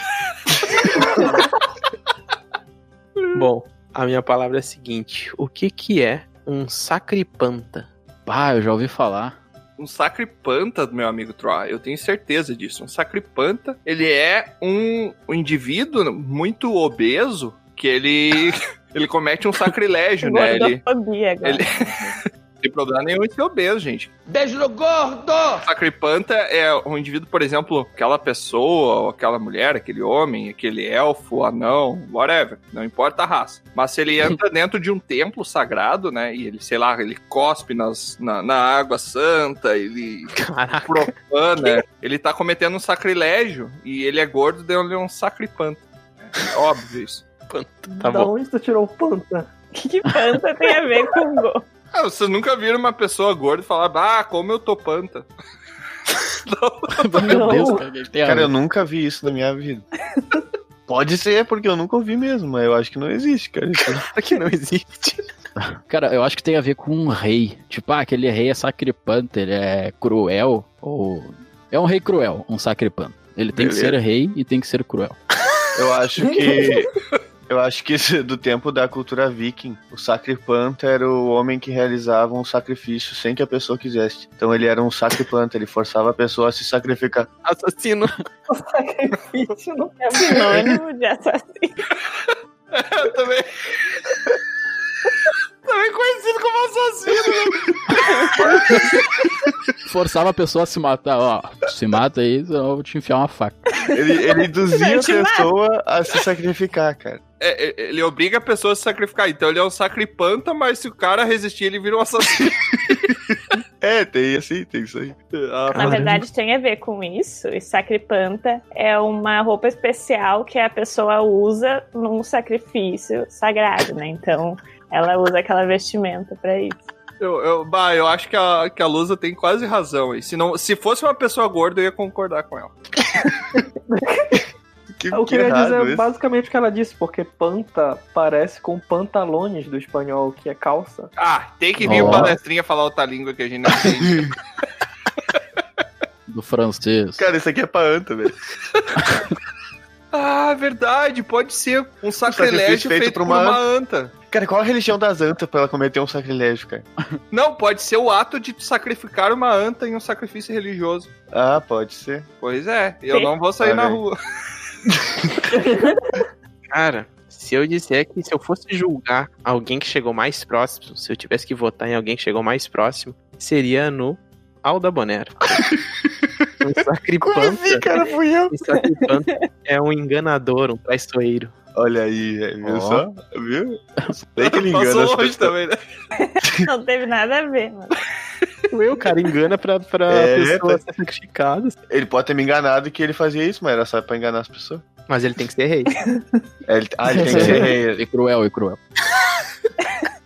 Speaker 11: Bom, a minha palavra é a seguinte: o que que é um sacripanta?
Speaker 1: Ah, eu já ouvi (laughs) falar.
Speaker 4: Um sacripanta, meu amigo Troy, eu tenho certeza disso. Um sacripanta, ele é um, um indivíduo muito (laughs) obeso que ele, ele comete um sacrilégio, né? Ele,
Speaker 6: Gordofobia agora.
Speaker 4: ele, tem problema nenhum em ser obeso, gente.
Speaker 3: Beijo no gordo!
Speaker 4: Sacripanta é um indivíduo, por exemplo, aquela pessoa, ou aquela mulher, aquele homem, aquele elfo, anão, whatever. Não importa a raça. Mas se (laughs) ele entra dentro de um templo sagrado, né? E ele, sei lá, ele cospe nas, na, na água santa, ele profana. ele tá cometendo um sacrilégio e ele é gordo, deu ele é um sacripanta. É óbvio isso.
Speaker 7: da onde tu tirou o panta?
Speaker 6: (laughs) Que panta tem a ver com gordo?
Speaker 4: Ah, vocês nunca viram uma pessoa gorda e falar, ah, como eu tô panta.
Speaker 5: Meu Deus, cara, eu nunca vi isso na minha vida. Pode ser, porque eu nunca ouvi mesmo, mas eu acho que não existe, cara. Claro que não existe.
Speaker 1: Cara, eu acho que tem a ver com um rei. Tipo, ah, aquele rei é sacripanta, ele é cruel. Ou. É um rei cruel, um sacripanta. Ele tem que
Speaker 5: Beleza.
Speaker 1: ser rei e tem que ser cruel.
Speaker 5: Eu acho que. Eu acho que isso é do tempo da cultura viking, o sacripanta era o homem que realizava um sacrifício sem que a pessoa quisesse. Então ele era um sacripanta, ele forçava a pessoa a se sacrificar.
Speaker 11: Assassino.
Speaker 6: Sacrifício não é sinônimo de assassino.
Speaker 4: Eu também. também (laughs) conhecido como assassino, né?
Speaker 1: Forçava a pessoa a se matar, ó. Se mata aí, senão eu vou te enfiar uma faca.
Speaker 5: Ele, ele induzia
Speaker 1: Não,
Speaker 5: a
Speaker 1: te mata.
Speaker 5: pessoa a se sacrificar, cara.
Speaker 4: É, é, ele obriga a pessoa a se sacrificar. Então ele é um sacripanta, mas se o cara resistir, ele vira um assassino.
Speaker 5: (laughs) É, tem assim, tem isso aí.
Speaker 4: Ah,
Speaker 6: Na verdade, tem a ver com isso. E sacripanta é uma roupa especial que a pessoa usa num sacrifício sagrado, né? Então, ela usa aquela vestimenta pra isso.
Speaker 4: Eu, eu, bah, eu acho que a, que a Lusa tem quase razão. aí. se, não, se fosse uma pessoa gorda, eu ia concordar com ela.
Speaker 7: Ah, Eu
Speaker 4: que
Speaker 7: queria
Speaker 4: errado
Speaker 7: dizer é
Speaker 4: isso.
Speaker 7: basicamente o que ela disse, porque panta parece com pantalones do espanhol, que é calça.
Speaker 4: Ah, tem que vir
Speaker 1: Ó.
Speaker 4: o palestrinha falar outra língua que a (laughs) gente não entende.
Speaker 1: Do francês.
Speaker 5: Cara, isso aqui é pra anta, velho.
Speaker 4: ah, verdade. Pode ser um sacrilégio feito, por uma, anta.
Speaker 5: Cara, qual a religião das antas pra ela cometer um sacrilégio, cara?
Speaker 4: Não, pode ser o ato de sacrificar uma anta em um sacrifício religioso.
Speaker 5: Ah, pode ser.
Speaker 4: Pois é, eu
Speaker 5: Sim.
Speaker 4: não vou sair
Speaker 5: Olha
Speaker 4: na
Speaker 5: aí.
Speaker 4: rua.
Speaker 11: Cara, se eu disser que se eu fosse julgar alguém que chegou mais próximo, se eu tivesse que votar em alguém que chegou mais próximo, seria no Alda (laughs) Bonero. um sacripanta.
Speaker 5: Como assim, cara? Fui eu.
Speaker 11: Um sacripanta é um enganador, um traiçoeiro.
Speaker 5: Olha aí, viu
Speaker 11: Ó.
Speaker 5: só? Viu? Sei que
Speaker 4: (laughs)
Speaker 5: ele engana
Speaker 11: (laughs) Passou
Speaker 5: as
Speaker 11: longe
Speaker 5: pessoas.
Speaker 4: também, né?
Speaker 6: Não teve nada a ver, mano.
Speaker 11: Eu, cara, engana pra, pra
Speaker 5: É,
Speaker 11: pessoa
Speaker 5: pode-
Speaker 11: ser sacrificada.
Speaker 5: Ele pode ter me enganado que ele fazia isso, mas era só pra enganar as pessoas.
Speaker 11: Mas ele tem que ser rei.
Speaker 5: ah, ele tem que
Speaker 11: (laughs)
Speaker 5: ser rei.
Speaker 1: E cruel, e cruel.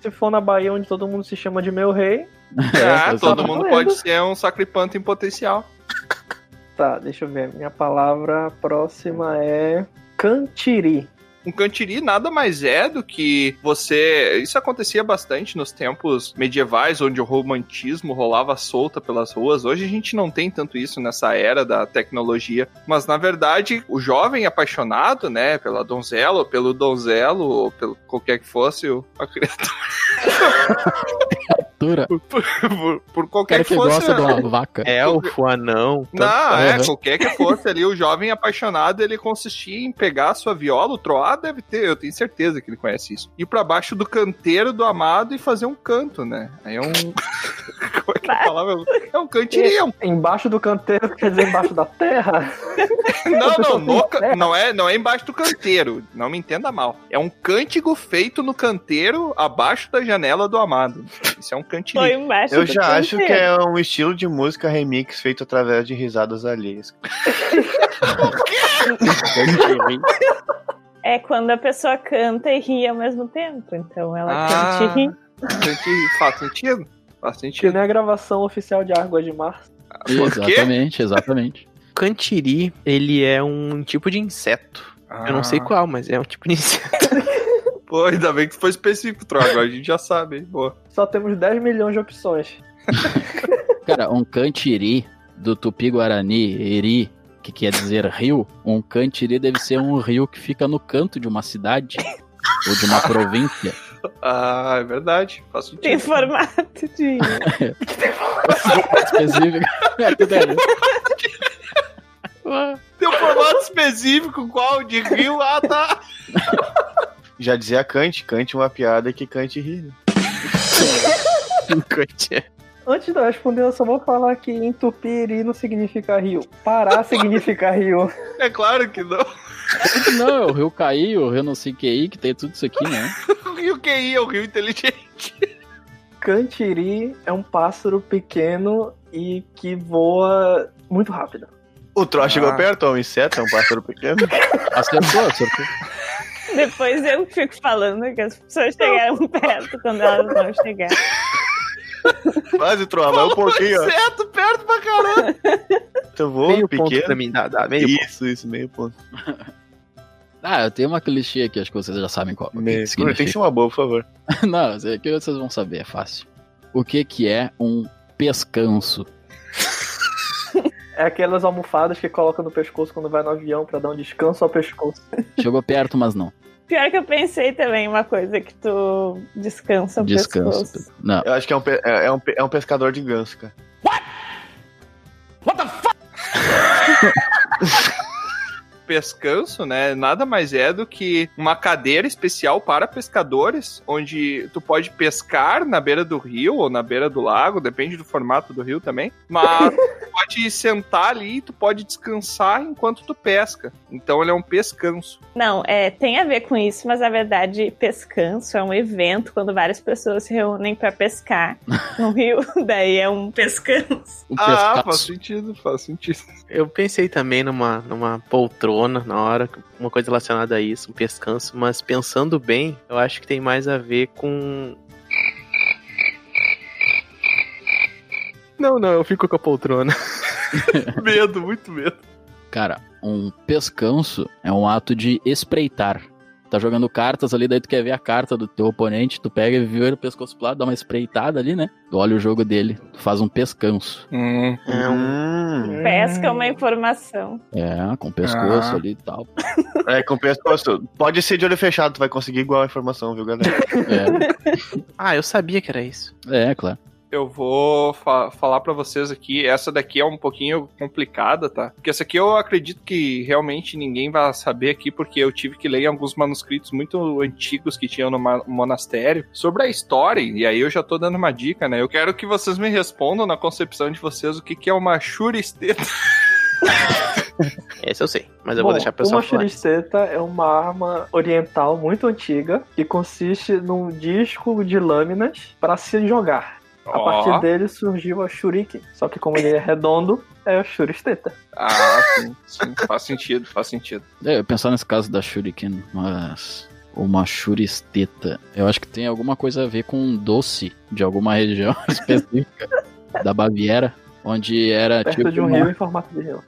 Speaker 7: Se for na Bahia, onde todo mundo se chama de meu rei,
Speaker 4: Ah, todo
Speaker 7: tá
Speaker 4: mundo
Speaker 7: valendo.
Speaker 4: pode ser um sacripanta em potencial.
Speaker 7: tá, deixa eu ver. Minha palavra próxima é cantiri.
Speaker 4: Um cantiri nada mais é do que você. Isso acontecia bastante nos tempos medievais, onde o romantismo rolava solta pelas ruas. Hoje a gente não tem tanto isso nessa era da tecnologia. Mas na verdade, o jovem apaixonado, né, pela donzela, ou pelo donzelo, ou pelo qualquer que fosse, o- a criatura.
Speaker 1: Dura.
Speaker 4: Por, por- (laughs) por qualquer
Speaker 11: Cara
Speaker 4: que fosse.
Speaker 1: vaca.
Speaker 11: É, Elfo, anão. tanto- né?
Speaker 4: Não, é,
Speaker 11: Aham.
Speaker 4: qualquer que fosse ali, o jovem apaixonado, ele consistia em pegar a sua viola, o Troá deve ter, eu tenho certeza que ele conhece isso, ir pra baixo do canteiro do amado e fazer um canto, né? Aí é um... (laughs) Como é que é a palavra? É um cantiri, é um...
Speaker 7: Embaixo do canteiro, quer dizer, embaixo da
Speaker 4: (laughs)
Speaker 7: terra?
Speaker 4: Não, não, no can- não, é, não é embaixo do canteiro, não me entenda mal. É um cântico feito no canteiro, abaixo da janela do amado. Isso é um cantiri.
Speaker 6: Foi embaixo
Speaker 5: Eu
Speaker 6: do
Speaker 5: já acho que
Speaker 6: canteiro.
Speaker 5: é um estilo de música remix feito através de risadas alheias.
Speaker 6: É quando a pessoa canta e ri ao mesmo tempo. Então ela
Speaker 4: Ah.
Speaker 6: canta e ri.
Speaker 4: Cantiri, faz sentido? Faz
Speaker 7: Que
Speaker 4: sentido.
Speaker 7: nem a gravação oficial de Águas de Março.
Speaker 1: Exatamente, exatamente.
Speaker 11: Cantiri, ele é um tipo de inseto. Eu não sei qual, mas é um tipo de inseto.
Speaker 4: Ah, Pô, ainda bem que foi específico, Troá, agora a gente já sabe, hein? Boa.
Speaker 7: Só temos 10 milhões de opções.
Speaker 1: Cara, um cantiri do Tupi-Guarani, eri, que quer dizer rio, um cantiri deve ser um rio que fica no canto de uma (laughs) cidade ou de uma província.
Speaker 4: Ah, é verdade. Faz sentido.
Speaker 6: Tem formato de.
Speaker 1: Específico. (laughs) É, tudo é isso.
Speaker 4: Tem um formato específico, qual? De rio? Ah, tá.
Speaker 5: Já dizia Kant, Kant é uma piada que Kant ri. né?
Speaker 11: Coitinha.
Speaker 7: Antes de eu responder, eu só vou falar que entupiri não significa rio. Pará significa rio.
Speaker 11: É claro
Speaker 4: (laughs)
Speaker 11: que não.
Speaker 1: Não, é o Rio Caí, o Rio não sei QI, que tem tudo isso aqui, né?
Speaker 11: O rio QI é
Speaker 4: um
Speaker 11: o rio inteligente.
Speaker 7: Cantiri é um pássaro pequeno e que voa muito rápido.
Speaker 5: O troço
Speaker 11: Ah.
Speaker 5: chegou perto, é um inseto, é um pássaro pequeno.
Speaker 1: Acertou, acertou.
Speaker 6: Depois eu fico falando que as pessoas chegaram perto quando elas vão chegar.
Speaker 5: Quase troa,
Speaker 11: (laughs)
Speaker 5: mais um pouquinho, ó.
Speaker 11: Certo, perto pra caramba.
Speaker 5: Então vou,
Speaker 11: Meio ponto
Speaker 5: pequeno.
Speaker 11: pra mim, dá- dá, meio
Speaker 5: isso, isso, meio ponto.
Speaker 1: Ah, eu tenho uma clichê aqui, acho que vocês já sabem qual. o que que
Speaker 5: Meio. Tem que
Speaker 1: significa.
Speaker 5: ser uma boa, por favor.
Speaker 1: (laughs) Não, isso aqui vocês vão saber, é fácil. O que que é um pescanço?
Speaker 7: É aquelas almofadas que colocam no pescoço quando vai no avião pra dar um descanso ao pescoço.
Speaker 1: Chegou perto, mas não.
Speaker 6: Pior que eu pensei também uma coisa que tu descansa o pescoço.
Speaker 1: Descanso. Não.
Speaker 5: Eu acho que é um, pe- é, é um, pe- é um pescador de ganso, cara.
Speaker 4: pescanço, né? Nada mais é do que uma cadeira especial para pescadores, onde tu pode pescar na beira do rio ou na beira do lago, depende do formato do rio também. Mas tu pode sentar ali e tu pode descansar enquanto tu pesca. Então ele é um pescanço.
Speaker 6: Não, é, tem a ver com isso, mas na verdade, pescanço é um evento quando várias pessoas se reúnem pra pescar no rio. Daí é um pescanço.
Speaker 1: Um
Speaker 4: Ah,
Speaker 1: pescaço.
Speaker 4: faz sentido, faz sentido.
Speaker 11: Eu pensei também numa, numa poltrona na hora, uma coisa relacionada a isso, um pescanço, mas pensando bem, eu acho que tem mais a ver com. Não, não, eu fico com a poltrona.
Speaker 4: medo, muito medo.
Speaker 1: Cara, um pescanço é um ato de espreitar. Tá jogando cartas ali, daí tu quer ver a carta do teu oponente, tu pega e vira o pescoço pro lado, dá uma espreitada ali, né? Tu olha o jogo dele, tu faz um pescanço.
Speaker 4: Hum.
Speaker 11: É um-
Speaker 6: Pesca é uma informação.
Speaker 1: É, com o pescoço
Speaker 5: Ah.
Speaker 1: ali e tal.
Speaker 5: É, com o pescoço. Pode ser de olho fechado, tu vai conseguir igual a informação, viu, (laughs) galera?
Speaker 11: Ah, eu sabia que era isso.
Speaker 1: É, é claro.
Speaker 4: Eu vou fa- falar pra vocês aqui. Essa daqui é um pouquinho complicada, tá? Porque essa aqui eu acredito que realmente ninguém vai saber aqui, porque eu tive que ler em alguns manuscritos muito antigos que tinham no ma- monastério sobre a história. E aí eu já tô dando uma dica, né? Eu quero que vocês me respondam na concepção de vocês o que, que é uma churisteta. (laughs)
Speaker 11: Esse eu sei, mas eu vou
Speaker 7: Bom,
Speaker 11: deixar o pessoal
Speaker 7: Uma
Speaker 11: falar.
Speaker 7: churisteta é uma arma oriental muito antiga que consiste num disco de lâminas para se jogar. A
Speaker 4: Ó.
Speaker 7: partir dele surgiu a shuriken, só que como ele é redondo, é a churisteta.
Speaker 4: Ah, sim, sim, faz sentido, faz sentido.
Speaker 1: É, eu pensar nesse caso da Shuriken, mas. Uma churisteta. Eu acho que tem alguma coisa a ver com um doce de alguma (laughs) região específica da Baviera, onde era
Speaker 7: Perto
Speaker 1: tipo
Speaker 7: de um
Speaker 1: uma-
Speaker 7: rio em formato de rio.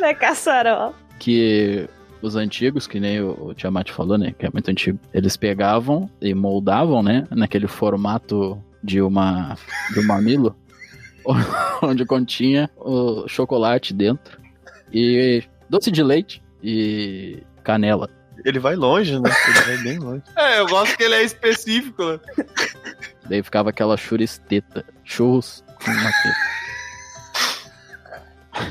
Speaker 6: É caçarol.
Speaker 1: que os antigos, que nem o o Tiamat falou, né, que é muito antigo, eles pegavam e moldavam, né, naquele formato de uma de um mamilo, (laughs) onde continha o chocolate dentro e doce de leite e canela.
Speaker 5: Ele vai longe, né? Ele vai bem longe.
Speaker 4: É, eu gosto que ele é específico, né?
Speaker 1: Daí ficava aquela churisteta, churros. com uma teta. (laughs)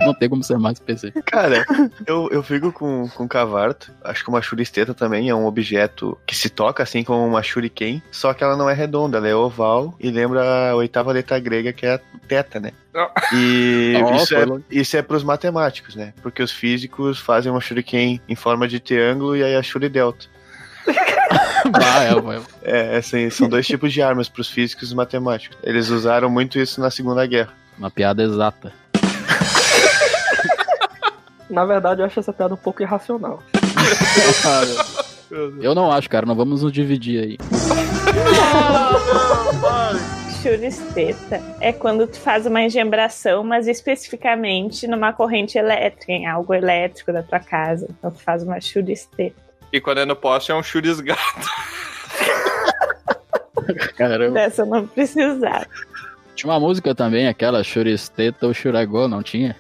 Speaker 1: Não tem como ser mais específico.
Speaker 5: Cara, eu, eu fico com, com cavarto. Acho que uma churisteta também é um objeto que se toca assim como uma shuriken, só que ela não é redonda, ela é oval e lembra a oitava letra grega que é a teta, né?
Speaker 4: Não.
Speaker 5: E
Speaker 1: Ah. (laughs) Ó,
Speaker 5: isso,
Speaker 1: foi
Speaker 5: é,
Speaker 1: longe.
Speaker 5: isso é pros matemáticos, né? Porque os físicos fazem uma shuriken em forma de triângulo e aí a shuri delta.
Speaker 1: Bah, é, (laughs) vai-
Speaker 5: É, assim,
Speaker 1: (laughs)
Speaker 5: são dois tipos de armas pros físicos e matemáticos. Eles usaram muito isso na Segunda Guerra.
Speaker 1: uma piada exata.
Speaker 7: Na verdade, eu acho essa piada um pouco irracional.
Speaker 1: Eu não acho, cara, não vamos nos dividir aí.
Speaker 6: Churisteta é quando tu faz uma engembração, mas especificamente numa corrente elétrica, em algo elétrico da tua casa. Então tu faz uma churisteta.
Speaker 4: E quando é no poste é um churisgato.
Speaker 1: Caramba.
Speaker 6: Dessa eu não precisava.
Speaker 1: Tinha uma música também, aquela Churisteta ou Churagô, não tinha?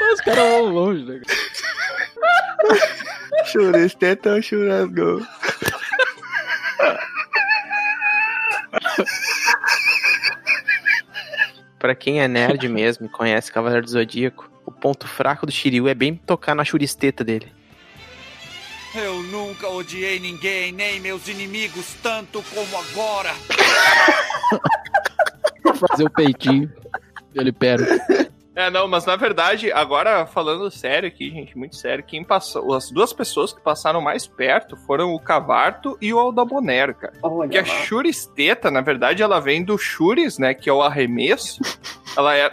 Speaker 1: Os caras vão longe, né?
Speaker 5: Churisteta ou churrasco?
Speaker 11: Pra quem é nerd mesmo e conhece Cavaleiro do Zodíaco, o ponto fraco do Shiryu é bem tocar na churisteta dele.
Speaker 12: Eu nunca odiei ninguém, nem meus inimigos, tanto como agora.
Speaker 1: Fazer o peitinho. Ele pera.
Speaker 4: É, não, mas na verdade, agora falando sério aqui, gente, muito sério, quem passou, as duas pessoas que passaram mais perto foram o Cavarto e o Aldabonero, cara.
Speaker 7: Olha
Speaker 4: que a
Speaker 7: lá.
Speaker 4: churisteta, na verdade, ela vem do churis, né, que é o arremesso. ela era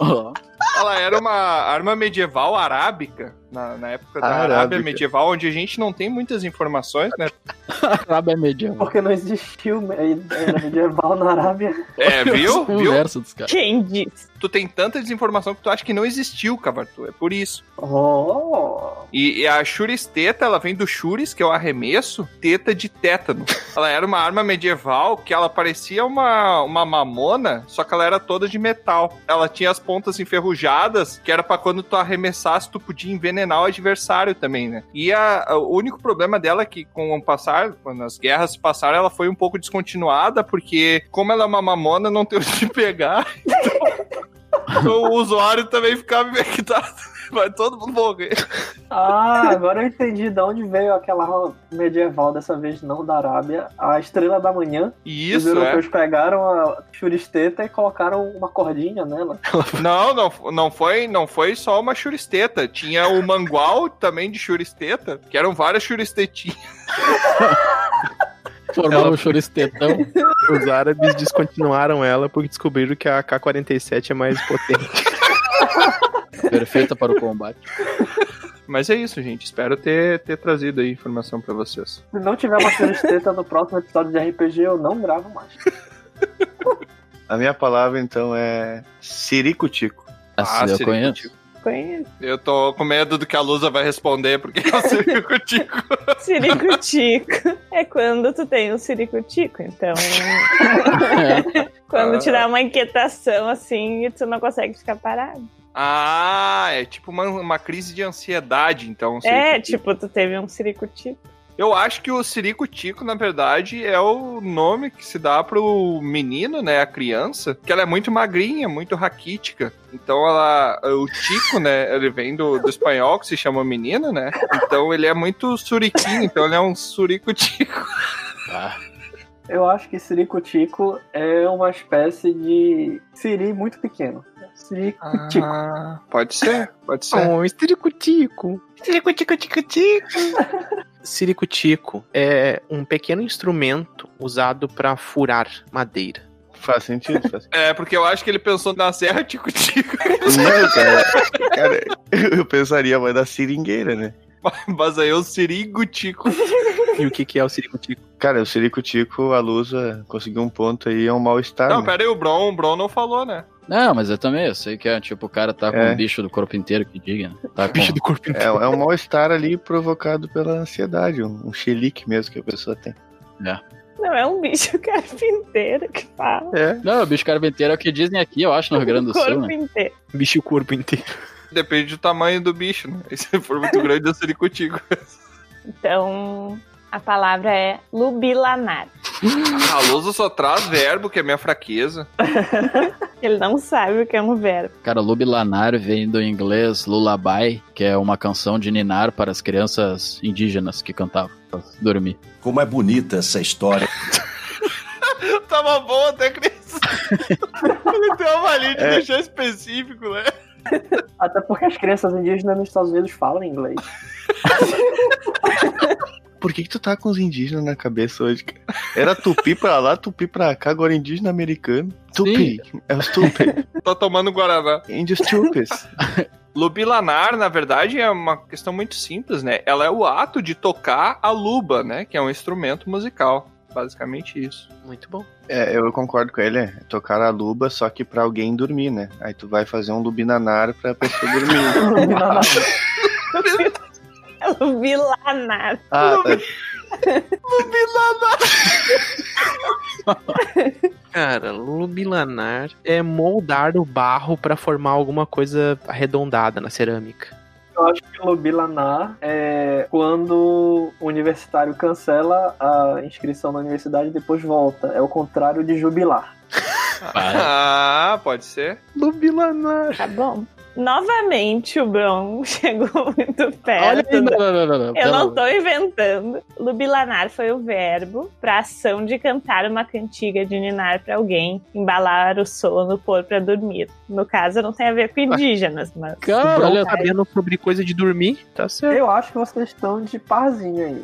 Speaker 4: (laughs) Ela era uma arma medieval arábica, na, na época da
Speaker 1: Arábica.
Speaker 4: Arábia medieval, onde a gente não tem muitas informações, né?
Speaker 1: Arábia é medieval.
Speaker 7: Porque não existiu me- era medieval na Arábia.
Speaker 4: É, viu?
Speaker 1: Olha a
Speaker 4: viu?
Speaker 1: conversa dos caras.
Speaker 6: Quem disse?
Speaker 4: Tu tem tanta desinformação que tu acha que não existiu, Cavartu. É por isso.
Speaker 7: Oh.
Speaker 4: E, e a churisteta, ela vem do churis, que é o arremesso, teta de tétano. Ela era uma arma medieval que ela parecia uma, uma mamona, só que ela era toda de metal. Ela tinha as pontas enferrujadas, que era pra quando tu arremessasse, tu podia envenenar o adversário também, né? E a, a- o único problema dela é que com o passar, quando as guerras passaram, ela foi um pouco descontinuada, porque como ela é uma mamona, não tem (laughs) onde pegar. Então, o usuário também ficava infectado. Vai todo mundo morrer.
Speaker 7: Ah, agora eu entendi de onde veio aquela medieval, dessa vez não da Arábia, a Estrela da Manhã.
Speaker 4: Isso,
Speaker 7: Os europeus
Speaker 4: é.
Speaker 7: pegaram a churisteta e colocaram uma cordinha nela.
Speaker 4: (laughs) Não, não, não foi, não foi só uma churisteta. Tinha o mangual (laughs) também de churisteta, que eram várias churistetinhas.
Speaker 1: Formou o choristetão.
Speaker 11: Os árabes descontinuaram ela porque descobriram que a K-47 é mais (laughs) potente.
Speaker 1: Perfeita para o combate.
Speaker 4: Mas é isso, gente. Espero ter, ter trazido aí informação pra vocês.
Speaker 7: Se não tiver uma churisteta no próximo episódio de RPG, eu não gravo mais.
Speaker 5: A minha palavra, então, é Siricutico.
Speaker 4: Ah, eu Siricutico. conheço.
Speaker 6: Conheço.
Speaker 4: Eu tô com medo do que a Lusa vai responder, porque (laughs) eu sei que eu digo.
Speaker 1: (laughs)
Speaker 6: Ciricutico. É quando tu tem um ciricutico,
Speaker 1: (laughs)
Speaker 6: então. quando te
Speaker 1: Ah.
Speaker 6: dá uma inquietação assim e tu não consegue ficar parado.
Speaker 4: Ah, é tipo uma, uma crise de ansiedade, então.
Speaker 6: é,
Speaker 4: Siricutico.
Speaker 6: tipo, tu teve um ciricutico.
Speaker 4: Eu acho que o Sirico Tico, na verdade, é o nome que se dá pro menino, né? A criança. Que ela é muito magrinha, muito raquítica. Então ela. O Tico, né? Ele vem do, do espanhol que se chama menino, né? Então ele é muito suriquinho, então ele é um surico tico.
Speaker 7: Eu acho que Siricutico é uma espécie de siri muito pequeno.
Speaker 4: Ah.
Speaker 7: Siricutico.
Speaker 4: Pode ser, pode ser.
Speaker 11: Oh, estiricutico. Siricutico é um pequeno instrumento usado pra furar madeira.
Speaker 5: Faz sentido, faz sentido. (laughs)
Speaker 4: É, porque eu acho que ele pensou na Serra Tico Tico. (laughs)
Speaker 5: Não, cara. cara, eu pensaria, vai dar seringueira, né?
Speaker 4: Mas aí é o Sirigo Tico.
Speaker 11: E o que, que é o Siricutico?
Speaker 5: Cara, o Siricutico, a Lusa conseguiu um ponto aí, é um mal-estar.
Speaker 4: Não,
Speaker 5: né?
Speaker 4: pera aí, o Bron, o Bron não falou, né?
Speaker 1: Não, mas eu também, eu sei que é tipo, o cara tá com
Speaker 5: É.
Speaker 1: um bicho do corpo inteiro que diga, né?
Speaker 4: (laughs)
Speaker 1: Tá com...
Speaker 5: Bicho
Speaker 11: do corpo
Speaker 5: É, é um mal-estar ali provocado pela ansiedade, um, um xelique mesmo que a pessoa tem.
Speaker 6: Não é um bicho (laughs) carpinteiro que fala.
Speaker 1: Não, o bicho carpinteiro é o que dizem aqui, eu acho, no Rio Grande do Sul,
Speaker 6: corpo
Speaker 1: né?
Speaker 6: inteiro.
Speaker 11: Bicho o corpo inteiro.
Speaker 4: Depende do tamanho do bicho, né? (laughs) E se for muito grande, é o Sirico Tico.
Speaker 6: Então, a palavra é lubilanar.
Speaker 4: A Lusa só traz verbo, que é minha (laughs) fraqueza.
Speaker 6: Ele não sabe o que é um verbo.
Speaker 1: Cara, Lubilanar vem do inglês Lullaby, que é uma canção de ninar para as crianças indígenas que cantavam pra dormir.
Speaker 12: Como é bonita essa história.
Speaker 4: Tava bom até,
Speaker 11: (laughs)
Speaker 4: Cris. Ele tem uma valia de
Speaker 5: É.
Speaker 4: deixar específico, né?
Speaker 7: Até porque as crianças indígenas nos Estados Unidos falam inglês. (laughs)
Speaker 5: Por que, que tu tá com os indígenas na cabeça hoje, cara? Era tupi pra lá, tupi pra cá, agora indígena americano. Tupi, é os tupi.
Speaker 4: Tá tomando Guaraná.
Speaker 5: Índios tupis.
Speaker 4: Lubilanar, na verdade, é uma questão muito simples, né? Ela é o ato de tocar a luba, né? Que é um instrumento musical. Basicamente isso.
Speaker 11: Muito bom.
Speaker 5: É, eu concordo com ele, é tocar a luba, só que pra alguém dormir, né? Aí tu vai fazer um lubinanar pra pessoa
Speaker 7: (laughs)
Speaker 5: dormir.
Speaker 6: É lubilanar.
Speaker 5: ah, tá.
Speaker 4: Lubilanar.
Speaker 11: Cara, lubilanar é moldar o barro pra formar alguma coisa arredondada na cerâmica.
Speaker 7: Eu acho que Lubilanar é quando o universitário cancela a inscrição na universidade e depois volta. É o contrário de jubilar.
Speaker 11: é?
Speaker 4: Ah, pode ser.
Speaker 11: Lubilanar.
Speaker 6: Tá bom. Novamente o Bron (laughs) chegou muito perto.
Speaker 11: Olha aí, né?
Speaker 6: da-
Speaker 11: não, não, não, não,
Speaker 6: Eu
Speaker 11: pera
Speaker 6: não
Speaker 11: lá.
Speaker 6: tô inventando. Lubilanar foi o verbo para ação de cantar uma cantiga de ninar para alguém, embalar o sono, pôr para dormir. No caso, não tem a
Speaker 11: (laughs)
Speaker 6: ver com indígenas, mas.
Speaker 11: Cara, olha, sabendo sobre coisa de dormir, tá certo.
Speaker 7: Eu acho que vocês estão de parzinho aí.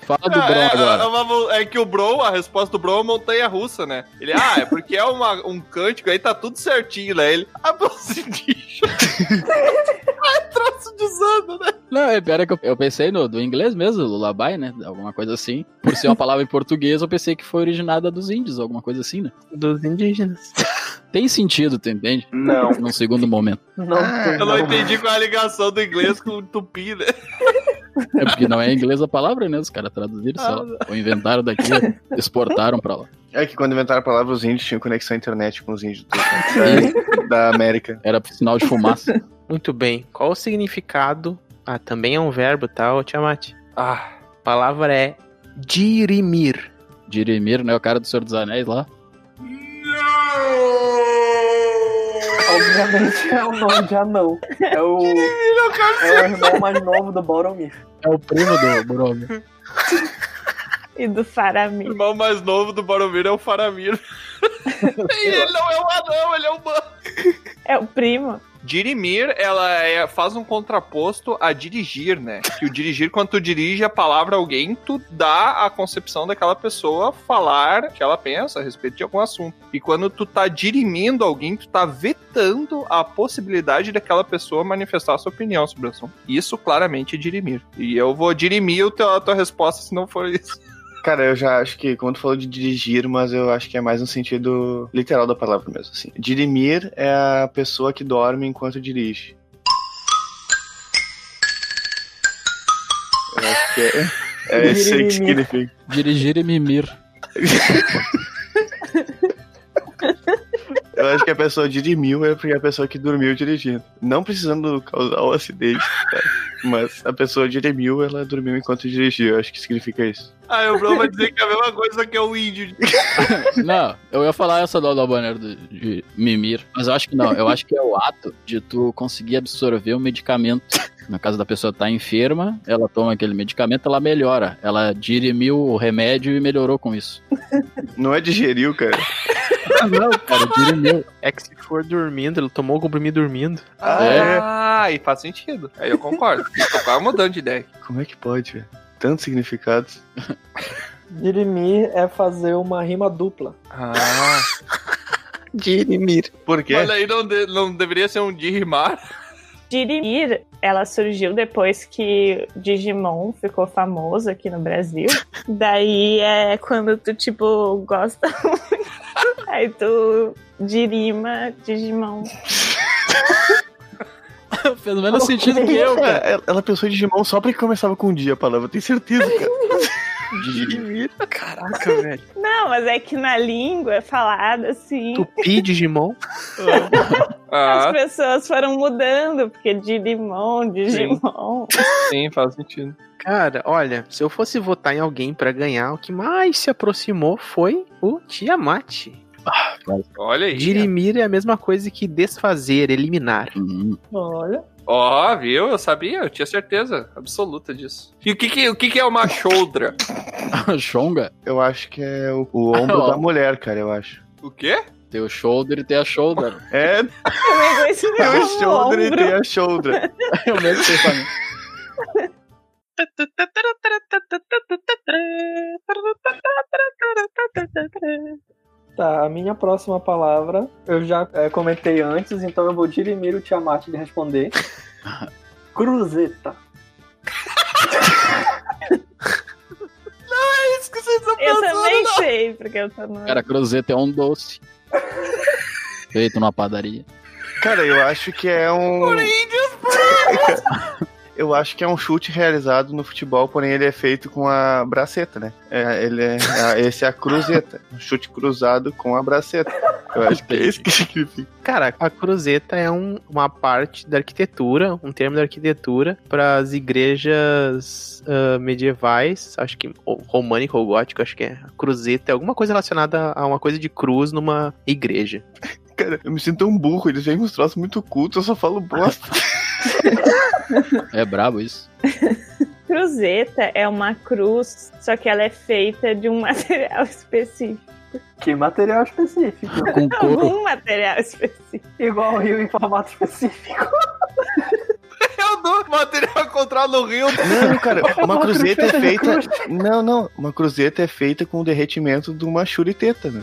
Speaker 11: Fala Tá do
Speaker 4: Ah,
Speaker 11: Bron
Speaker 4: é,
Speaker 11: agora.
Speaker 4: é uma- é que o Bro, a resposta do Bro é uma montanha russa, né? Ele, ah, é porque é uma- um cântico, aí tá tudo certinho, né? Ele, ah, bom, se diz. Ah, troço de zando, né?
Speaker 1: Não, é pior é que eu, eu pensei no do inglês mesmo, lullaby, né? Alguma coisa assim. Por ser uma palavra em português, eu pensei que foi originada dos índios, alguma coisa assim, né?
Speaker 11: Dos indígenas.
Speaker 1: Tem sentido, tu entende?
Speaker 4: Não.
Speaker 1: Num segundo momento.
Speaker 7: Não,
Speaker 4: (laughs) Eu não entendi qual é a ligação do inglês com o tupi, né?
Speaker 1: É porque não é inglês a palavra, né? Os caras traduziram, sei lá.
Speaker 4: Ah.
Speaker 1: Ou inventaram daqui, exportaram pra lá.
Speaker 5: É que quando inventaram a palavra, os índios tinham conexão à internet com os índios do- da, da América.
Speaker 1: Era sinal de fumaça.
Speaker 11: Muito bem. Qual o significado? Ah, também é um verbo, tá, ô Tiamat? Ah, a palavra é dirimir.
Speaker 1: Dirimir, né? O cara do Senhor dos Anéis lá.
Speaker 7: Obviamente é o nome de anão. É
Speaker 4: (laughs)
Speaker 7: o, é o irmão mais novo do Boromir.
Speaker 1: É o primo do Boromir.
Speaker 6: E do Faramir.
Speaker 4: O irmão mais novo do Boromir é o Faramir. E ele não é um anão, ele é humano.
Speaker 6: É o primo.
Speaker 4: Dirimir, ela é- faz um contraposto a dirigir, né? Que o dirigir, quando tu dirige a palavra a alguém, tu dá a concepção daquela pessoa falar o que ela pensa a respeito de algum assunto. E quando tu tá dirimindo alguém, tu tá vetando a possibilidade daquela pessoa manifestar a sua opinião sobre o assunto. Isso claramente é dirimir. E eu vou dirimir o teu- a tua resposta se não for isso.
Speaker 5: Cara, eu já acho que, como tu falou de dirigir, mas eu acho que é mais um sentido literal da palavra mesmo, assim. Dirimir é a pessoa que dorme enquanto dirige. Eu acho que é, é isso aí que
Speaker 1: Dirimir.
Speaker 5: significa.
Speaker 1: (laughs) Dirigir e mimir.
Speaker 5: Eu acho que a pessoa dirimiu é porque a pessoa que dormiu dirigindo. Não precisando causar o acidente, tá? mas a pessoa dirimiu, ela dormiu enquanto dirigiu. Eu acho que significa isso.
Speaker 4: Ah, o Bruno vai dizer que é a mesma coisa que é o índio.
Speaker 1: Não, eu ia falar essa do banner de, de mimir, mas eu acho que não. Eu acho que é o ato de tu conseguir absorver um medicamento. No caso da pessoa tá enferma, ela toma aquele medicamento, ela melhora. Ela dirimiu o remédio e melhorou com isso.
Speaker 5: Não é digeriu, cara.
Speaker 1: Ah,
Speaker 11: não,
Speaker 1: cara, dirimiu.
Speaker 11: É que se for dormindo, ele tomou o comprimido dormindo.
Speaker 4: Ah, e faz sentido. Aí eu concordo. Tô quase mudando de ideia.
Speaker 5: Como é que pode, velho? Tantos significados.
Speaker 7: Dirimir é fazer uma rima dupla.
Speaker 4: Ah.
Speaker 11: Dirimir.
Speaker 5: Por
Speaker 4: Olha aí, não, de- não deveria ser um Dirimar?
Speaker 6: Dirimir, ela surgiu depois que Digimon ficou famoso aqui no Brasil. Daí é quando tu, tipo, gosta muito. Aí tu dirima Digimon.
Speaker 1: (laughs) Fez o mesmo sentido que eu, cara.
Speaker 5: É, Ela, ela pensou em Digimon só porque começava com um dia a palavra, eu tenho certeza, cara.
Speaker 11: Dirimir. Caraca, velho.
Speaker 6: Não, mas é que na língua é falado assim.
Speaker 11: Tupi, Digimon.
Speaker 4: Ah,
Speaker 6: As pessoas foram mudando, porque Dirimon, Digimon.
Speaker 4: Sim, faz sentido.
Speaker 11: Cara, olha, se eu fosse votar em alguém pra ganhar, o que mais se aproximou foi o Tiamat.
Speaker 4: Olha aí.
Speaker 11: Dirimir é a mesma coisa que desfazer, eliminar.
Speaker 1: Uhum.
Speaker 6: Olha.
Speaker 4: Ó, viu? Eu sabia, eu tinha certeza absoluta disso. E o que que, o que, que é uma shoulder?
Speaker 1: (laughs) Xonga.
Speaker 5: Eu acho que é o, o ombro da mulher, cara, eu acho.
Speaker 4: O quê?
Speaker 1: Tem o shoulder e tem a shoulder.
Speaker 5: É, tem o shoulder e tem a shoulder.
Speaker 1: (laughs) É o mesmo pensamento.
Speaker 7: Tá, a minha próxima palavra eu já é, comentei antes, então eu vou dirimir o Tiamat
Speaker 4: (laughs)
Speaker 7: de responder. Cruzeta.
Speaker 4: Não é isso que vocês estão
Speaker 6: Eu
Speaker 4: pensando.
Speaker 6: também
Speaker 4: não.
Speaker 6: sei, porque eu tô no.
Speaker 1: Cara, cruzeta é um doce. Feito numa padaria.
Speaker 5: Cara, eu acho que é um.
Speaker 4: Por índios, por índios.
Speaker 5: (laughs) Eu acho que é um chute realizado no futebol, porém ele é feito com a braceta, né? É, ele é, é- esse é a cruzeta. Um chute cruzado com a braceta. Eu acho que é isso que (laughs) significa.
Speaker 11: Cara, a cruzeta é um- uma parte da arquitetura, um termo da arquitetura para as igrejas ah, medievais, acho que ou românico ou gótico, acho que é. A cruzeta é alguma coisa relacionada a uma coisa de cruz numa igreja.
Speaker 5: cara. Eu me sinto tão burro. Eles vêm com uns troços muito cultos, eu só falo bosta.
Speaker 1: É brabo isso.
Speaker 6: Cruzeta é uma cruz, só que ela é feita de um (laughs) material específico.
Speaker 7: Que material específico.
Speaker 1: Com couro.
Speaker 6: Um material (laughs) específico.
Speaker 7: Igual o rio em formato (laughs) específico.
Speaker 4: Eu dou material encontrado no rio.
Speaker 5: Não, cara, (laughs) uma
Speaker 4: Uma
Speaker 5: cruzeta
Speaker 4: cruzeta
Speaker 5: é
Speaker 4: de
Speaker 5: feita. Não, não. Uma cruzeta é feita com o derretimento de uma churiteta, né?